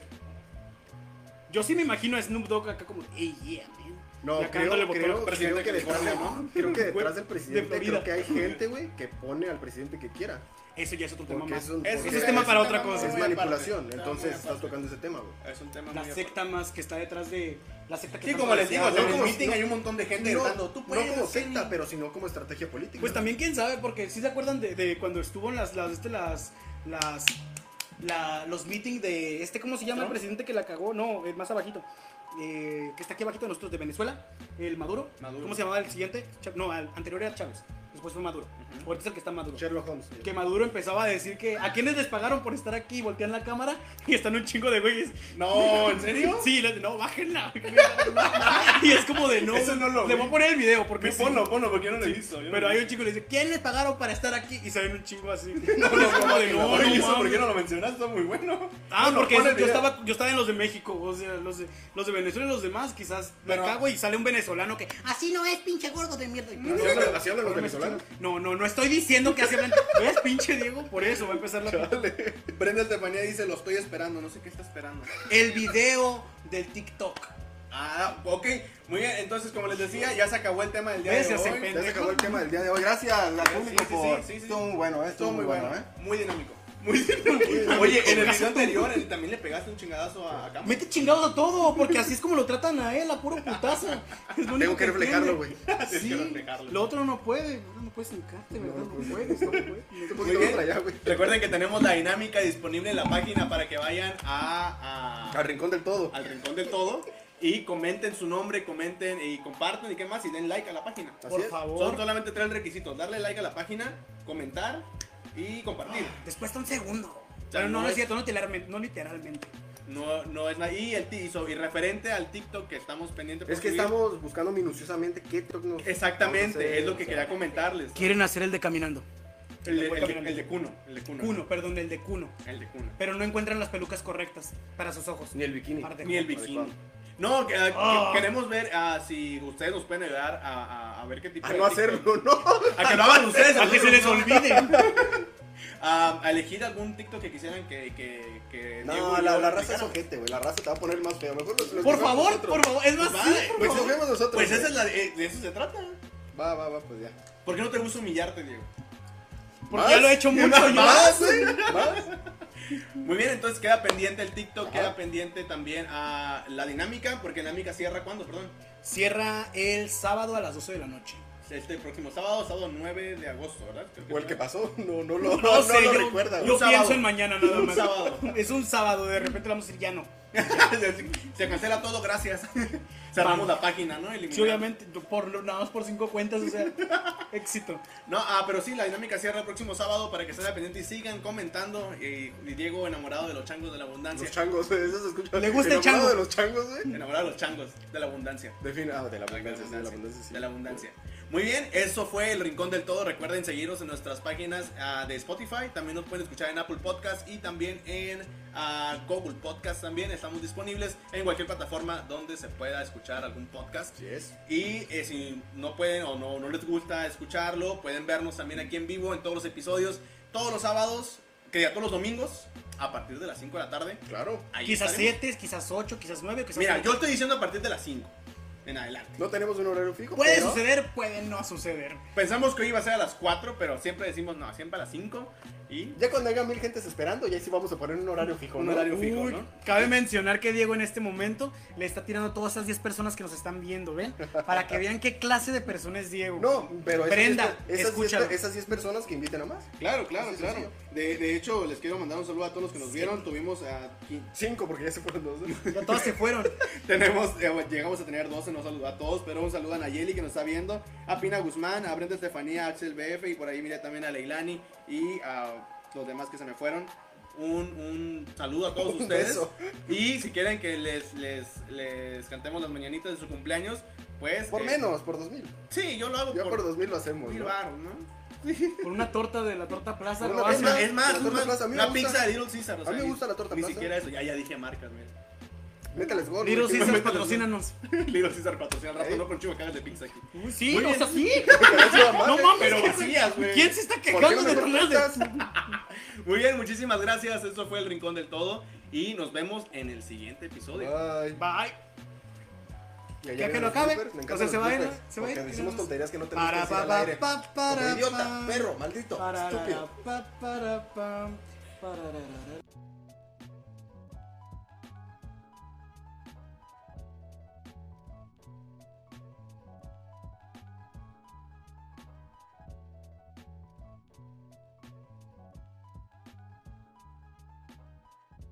Speaker 3: Yo sí me imagino a Snoop Dogg acá como, hey, yeah, man.
Speaker 2: No,
Speaker 3: Y acá
Speaker 2: creo,
Speaker 3: dándole botón
Speaker 2: creo,
Speaker 3: al
Speaker 1: presidente
Speaker 2: creo que
Speaker 1: de
Speaker 2: detrás,
Speaker 1: California,
Speaker 2: de- creo que detrás del
Speaker 3: De
Speaker 2: presidente
Speaker 3: Florida.
Speaker 2: creo que hay gente, güey, que pone al presidente que quiera.
Speaker 3: Eso ya es otro tema
Speaker 2: Porque
Speaker 3: más.
Speaker 2: es, un,
Speaker 1: Es-
Speaker 2: porque
Speaker 3: ese es tema para otra cosa.
Speaker 2: es
Speaker 1: muy
Speaker 2: manipulación,
Speaker 1: aparte. Está muy
Speaker 2: entonces estás
Speaker 1: aparte.
Speaker 2: tocando ese tema, güey.
Speaker 1: Es un tema
Speaker 3: La
Speaker 1: muy
Speaker 3: secta más que está detrás de... La secta que
Speaker 1: Sí,
Speaker 3: está
Speaker 1: como les digo,
Speaker 3: detrás de-
Speaker 1: en el
Speaker 2: como-
Speaker 1: meeting
Speaker 2: no-
Speaker 1: hay un montón de gente
Speaker 2: No,
Speaker 1: gritando, tú
Speaker 2: no
Speaker 1: puedes.
Speaker 2: como
Speaker 1: Kenny".
Speaker 2: secta, pero sino como estrategia política.
Speaker 3: Pues también quién sabe, porque si se acuerdan de, de cuando estuvo en las, las, este, las, las la- los meetings de este, ¿cómo se llama el
Speaker 5: ¿No?
Speaker 3: presidente que la cagó? No, el más abajito. eh, que está aquí abajito de nosotros, de Venezuela, el Maduro.
Speaker 1: Maduro.
Speaker 3: ¿Cómo se llamaba el siguiente? Cha- no, al anterior era Chávez. Después fue Maduro. Ahorita es el que está Maduro.
Speaker 2: Sherlock Holmes.
Speaker 3: Que Maduro empezaba a decir que a quienes les pagaron por estar aquí, voltean la cámara y están un chingo de güeyes.
Speaker 5: No, ¿en serio?
Speaker 3: Sí, le- no, bájenla. y es como de no.
Speaker 5: Eso no lo
Speaker 3: le
Speaker 5: vi.
Speaker 3: voy a poner el video porque
Speaker 5: Porque
Speaker 3: sí.
Speaker 5: ponlo, ponlo, porque yo no lo he visto. yo no
Speaker 3: Pero
Speaker 5: lo he
Speaker 3: hay un chico que le dice, ¿quién les pagaron para estar aquí? Y salen un chingo así.
Speaker 5: visto.
Speaker 3: Es como de, no,
Speaker 5: Oye,
Speaker 3: no
Speaker 5: eso, ¿por
Speaker 3: mames.
Speaker 5: qué no lo mencionaste? Está muy bueno.
Speaker 3: Ah,
Speaker 5: Bueno,
Speaker 3: porque
Speaker 5: pon el
Speaker 3: yo
Speaker 5: video.
Speaker 3: estaba, yo estaba en los de México, o sea, los de, los de Venezuela y los demás, quizás
Speaker 5: Pero-
Speaker 3: me cago y sale un venezolano que así no es, pinche gordo de mierda. Y-
Speaker 2: Así hablan- así hablan los venezolanos.
Speaker 3: No, no, no estoy diciendo que así hablan. ¿Ves, pinche Diego? Por eso va a empezar la.
Speaker 1: Brenda Estefanía dice, lo estoy esperando, no sé qué está esperando.
Speaker 3: El video del TikTok.
Speaker 1: Ah, ok. Muy bien, entonces como les decía, ya se acabó el tema del día
Speaker 3: Ves,
Speaker 1: de
Speaker 3: ya se
Speaker 1: hoy.
Speaker 3: pe-
Speaker 4: Ya se acabó el tema del día de hoy. Gracias al público
Speaker 1: sí, sí,
Speaker 4: por.
Speaker 1: sí, sí.
Speaker 4: Estuvo muy bueno, ¿eh?
Speaker 1: Estuvo muy bueno,
Speaker 4: ¿eh?
Speaker 1: Muy dinámico. Muy dinámico. Oye, en el video anterior el- también le pegaste un chingadazo a, a Camo.
Speaker 3: Mete chingados a todo, porque así es como lo tratan a él, a puro putazo. Es lo único
Speaker 2: Tengo que reflejarlo,
Speaker 3: entiende.
Speaker 2: güey.
Speaker 1: Tienes que
Speaker 3: Sí,
Speaker 1: reflejarlo.
Speaker 3: lo otro no puede, no, no puedes hincarte, ¿verdad? No puedes, no puedes.
Speaker 1: Muy
Speaker 2: Muy
Speaker 1: bien.
Speaker 2: bien. Allá, güey.
Speaker 1: Recuerden que tenemos la dinámica disponible en la página para que vayan a, a-
Speaker 2: Al rincón del todo.
Speaker 1: al rincón del todo y comenten su nombre, comenten y compartan y qué más y den like a la página.
Speaker 2: Así
Speaker 3: Por
Speaker 2: es.
Speaker 3: favor.
Speaker 1: Son solamente tres requisitos, darle like a la página, comentar y compartir.
Speaker 3: Después está un segundo.
Speaker 1: sea,
Speaker 3: Pero no,
Speaker 1: no
Speaker 3: no es
Speaker 1: es-
Speaker 3: cierto, no literalmente. No literalmente.
Speaker 1: No, no es nada. Y, el ti- y so- y referente al TikTok que estamos pendientes. por
Speaker 2: Es que
Speaker 1: subir.
Speaker 2: estamos buscando minuciosamente qué TikTok nos.
Speaker 1: Exactamente,
Speaker 2: vamos a hacer,
Speaker 1: es lo que
Speaker 2: o sea,
Speaker 1: quería comentarles.
Speaker 3: Quieren hacer el de caminando.
Speaker 1: El, de- el de- el de Cuno. El de Cuno.
Speaker 3: Cuno, perdón, el de Cuno.
Speaker 1: El de Cuno.
Speaker 3: Pero no encuentran las pelucas correctas para sus ojos.
Speaker 2: Ni el bikini.
Speaker 3: Aparte.
Speaker 1: Ni el bikini. No, que- que- queremos ver ah, si ustedes nos pueden ayudar a, a- a ver qué tipo
Speaker 2: A
Speaker 1: de
Speaker 2: Ah, no
Speaker 1: TikTok.
Speaker 2: hacerlo, no.
Speaker 1: A que lo hagan ustedes,
Speaker 3: A que se les olvide.
Speaker 1: Ah, A, a elegir algún TikTok que quisieran que. que, que Diego
Speaker 4: No,
Speaker 1: y
Speaker 4: la,
Speaker 1: yo
Speaker 4: la raza es
Speaker 1: explicaran.
Speaker 4: ojete, güey. La raza te va a poner más feo. Mejor los, los
Speaker 3: Por
Speaker 4: jugamos
Speaker 3: favor,
Speaker 4: nosotros.
Speaker 3: por favor. Es más,
Speaker 1: Vale,
Speaker 3: sí, por
Speaker 4: Pues
Speaker 3: favor.
Speaker 4: los vemos nosotros.
Speaker 1: Ah, Pues
Speaker 4: güey.
Speaker 1: esa es la, eh, de eso se trata.
Speaker 4: Va, va, va, pues ya.
Speaker 1: ¿Por qué no te gusta humillarte, Diego?
Speaker 3: Porque ya lo he hecho mucho. yo.
Speaker 4: Más, güey. Más.
Speaker 1: Muy bien, entonces queda pendiente el TikTok,
Speaker 4: Ajá.
Speaker 1: queda pendiente también a la dinámica, porque la dinámica cierra cuándo, perdón.
Speaker 3: Cierra el sábado a las 12 de la noche.
Speaker 1: Este próximo sábado, sábado 9 de agosto, ¿verdad? Creo
Speaker 4: O el que
Speaker 1: fue.
Speaker 4: pasó, no, no lo, no,
Speaker 3: sé,
Speaker 4: lo
Speaker 3: yo,
Speaker 4: recuerda.
Speaker 3: yo
Speaker 4: güey.
Speaker 1: Un sábado.
Speaker 3: pienso en mañana nada
Speaker 1: Un
Speaker 3: más.
Speaker 1: sábado.
Speaker 3: Es un sábado, de repente le vamos a decir ya no.
Speaker 1: Se cancela todo, gracias. Cerramos la página, ¿no? Eliminar.
Speaker 3: Sí, obviamente, por, nada más por cinco cuentas, o sea, éxito.
Speaker 1: No, ah, pero sí, la dinámica cierra el próximo sábado para que estén al pendiente y sigan comentando. Y, y Diego enamorado de los changos de la abundancia.
Speaker 4: Los changos, güey, eso se escucha.
Speaker 3: Le gusta
Speaker 4: Enamorado
Speaker 3: el chango.
Speaker 4: de los changos, güey.
Speaker 1: enamorado de los changos de la abundancia.
Speaker 2: Ah,
Speaker 4: Definado, de la
Speaker 1: De la
Speaker 4: abundancia, sí, de la abundancia,
Speaker 1: abundancia.
Speaker 4: sí.
Speaker 1: De la abundancia. Muy bien, eso fue el Rincón del Todo. Recuerden seguirnos en nuestras páginas ah, de Spotify. También nos pueden escuchar en Apple Podcast y también en ah, Google Podcast. También estamos disponibles en cualquier plataforma donde se pueda escuchar algún podcast.
Speaker 4: Así es.
Speaker 1: Y eh, si no pueden o no, no les gusta escucharlo, pueden vernos también aquí en vivo en todos los episodios, todos los sábados, que ya todos los domingos, a partir de las 5 de la tarde.
Speaker 4: Claro.
Speaker 1: Ahí
Speaker 3: Quizás
Speaker 1: estaremos.
Speaker 3: siete, quizás ocho, quizás nueve, quizás
Speaker 1: Pues Mira,
Speaker 3: nueve.
Speaker 1: yo estoy diciendo a partir de las 5 en adelante.
Speaker 4: No tenemos un horario fijo.
Speaker 3: Puede
Speaker 4: pero-
Speaker 3: suceder, puede no suceder.
Speaker 1: Pensamos que hoy iba a ser a las 4, pero siempre decimos no, siempre a las 5 y
Speaker 4: Ya cuando haya mil gentes esperando, ya sí vamos a poner un horario fijo,
Speaker 1: un
Speaker 4: ¿no?
Speaker 1: horario fijo,
Speaker 3: Uy,
Speaker 1: ¿no?
Speaker 3: Cabe mencionar que Diego en este momento le está tirando a todas esas 10 personas que nos están viendo, ¿ven? Para que vean qué clase de persona es Diego.
Speaker 4: No, pero esas
Speaker 3: Brenda,
Speaker 4: diez- esas,
Speaker 3: escúchalo.
Speaker 4: diez- esas 10 personas que inviten a más.
Speaker 1: Claro, claro,
Speaker 4: Así
Speaker 1: claro. De, de hecho, les quiero mandar un saludo a todos los que nos vieron. Tuvimos a quin-
Speaker 4: 5 porque ya se fueron dos.
Speaker 3: Ya todas se fueron.
Speaker 1: tenemos eh, bueno, llegamos a tener 12, no saludo a todos, pero un saludo a Nayeli que nos está viendo, a Pina Guzmán, a Brenda Estefanía, a Axel BF y por ahí mira también a Leilani y a los demás que se me fueron. Un, un saludo a todos
Speaker 4: Un
Speaker 1: ustedes.
Speaker 4: beso.
Speaker 1: Y si quieren que les, les, les cantemos las mañanitas de su cumpleaños, pues.
Speaker 4: Por
Speaker 1: eh,
Speaker 4: menos, por 2000.
Speaker 1: Sí, yo lo hago
Speaker 4: Ya por
Speaker 1: por
Speaker 4: 2000 lo hacemos.
Speaker 1: mil
Speaker 4: ¿no?
Speaker 1: baros, ¿no?
Speaker 3: Por una torta de la torta plaza.
Speaker 4: Por
Speaker 3: lo
Speaker 4: una
Speaker 1: Es
Speaker 3: hacen.
Speaker 4: torta.
Speaker 1: más, es más,
Speaker 4: La
Speaker 1: es
Speaker 4: torta
Speaker 1: más,
Speaker 4: plaza, a mí me
Speaker 1: una
Speaker 4: gusta.
Speaker 1: pizza de Little Caesar. o
Speaker 4: A mí me
Speaker 1: ni-
Speaker 4: gusta la torta
Speaker 1: Ni
Speaker 4: plaza.
Speaker 1: siquiera eso, ya, ya dije marcas, mira.
Speaker 4: Métales gol.
Speaker 3: Little
Speaker 4: güey.
Speaker 3: Caesars, patrocínanos.
Speaker 1: Little Caesar patrocina al rato,
Speaker 4: Ey.
Speaker 1: no con chivacagas de pizza aquí.
Speaker 3: Uy, sí,
Speaker 1: Muy
Speaker 3: o
Speaker 1: bien.
Speaker 3: sea, sí. No
Speaker 4: madre,
Speaker 3: mames,
Speaker 1: pero
Speaker 3: ¿quién-
Speaker 1: vacías, güey.
Speaker 3: ¿Quién se está
Speaker 4: ¿Por qué no
Speaker 3: quejando
Speaker 4: me
Speaker 3: de tornadas?
Speaker 4: contestas?
Speaker 1: Muy bien, muchísimas gracias. Esto fue El Rincón del Todo. Y nos vemos en el siguiente episodio.
Speaker 4: Ay,
Speaker 3: Bye.
Speaker 4: y allá
Speaker 3: Ya que
Speaker 4: vienen
Speaker 3: no
Speaker 4: los
Speaker 3: acabe.
Speaker 4: bloopers, me
Speaker 3: O sea,
Speaker 4: encantan
Speaker 3: se
Speaker 4: los
Speaker 3: va a ir,
Speaker 4: bloopers,
Speaker 3: se va a ir,
Speaker 4: Porque decimos
Speaker 3: digamos.
Speaker 4: tonterías que no tenemos que
Speaker 3: Para,
Speaker 4: decir
Speaker 3: pa,
Speaker 4: al
Speaker 3: pa,
Speaker 4: aire.
Speaker 3: pa,
Speaker 4: Como
Speaker 3: para,
Speaker 4: idiota,
Speaker 3: pa.
Speaker 4: perro, maldito,
Speaker 3: Para,
Speaker 4: estúpido.
Speaker 3: para, pa, para, pam, para, ra, ra, ra.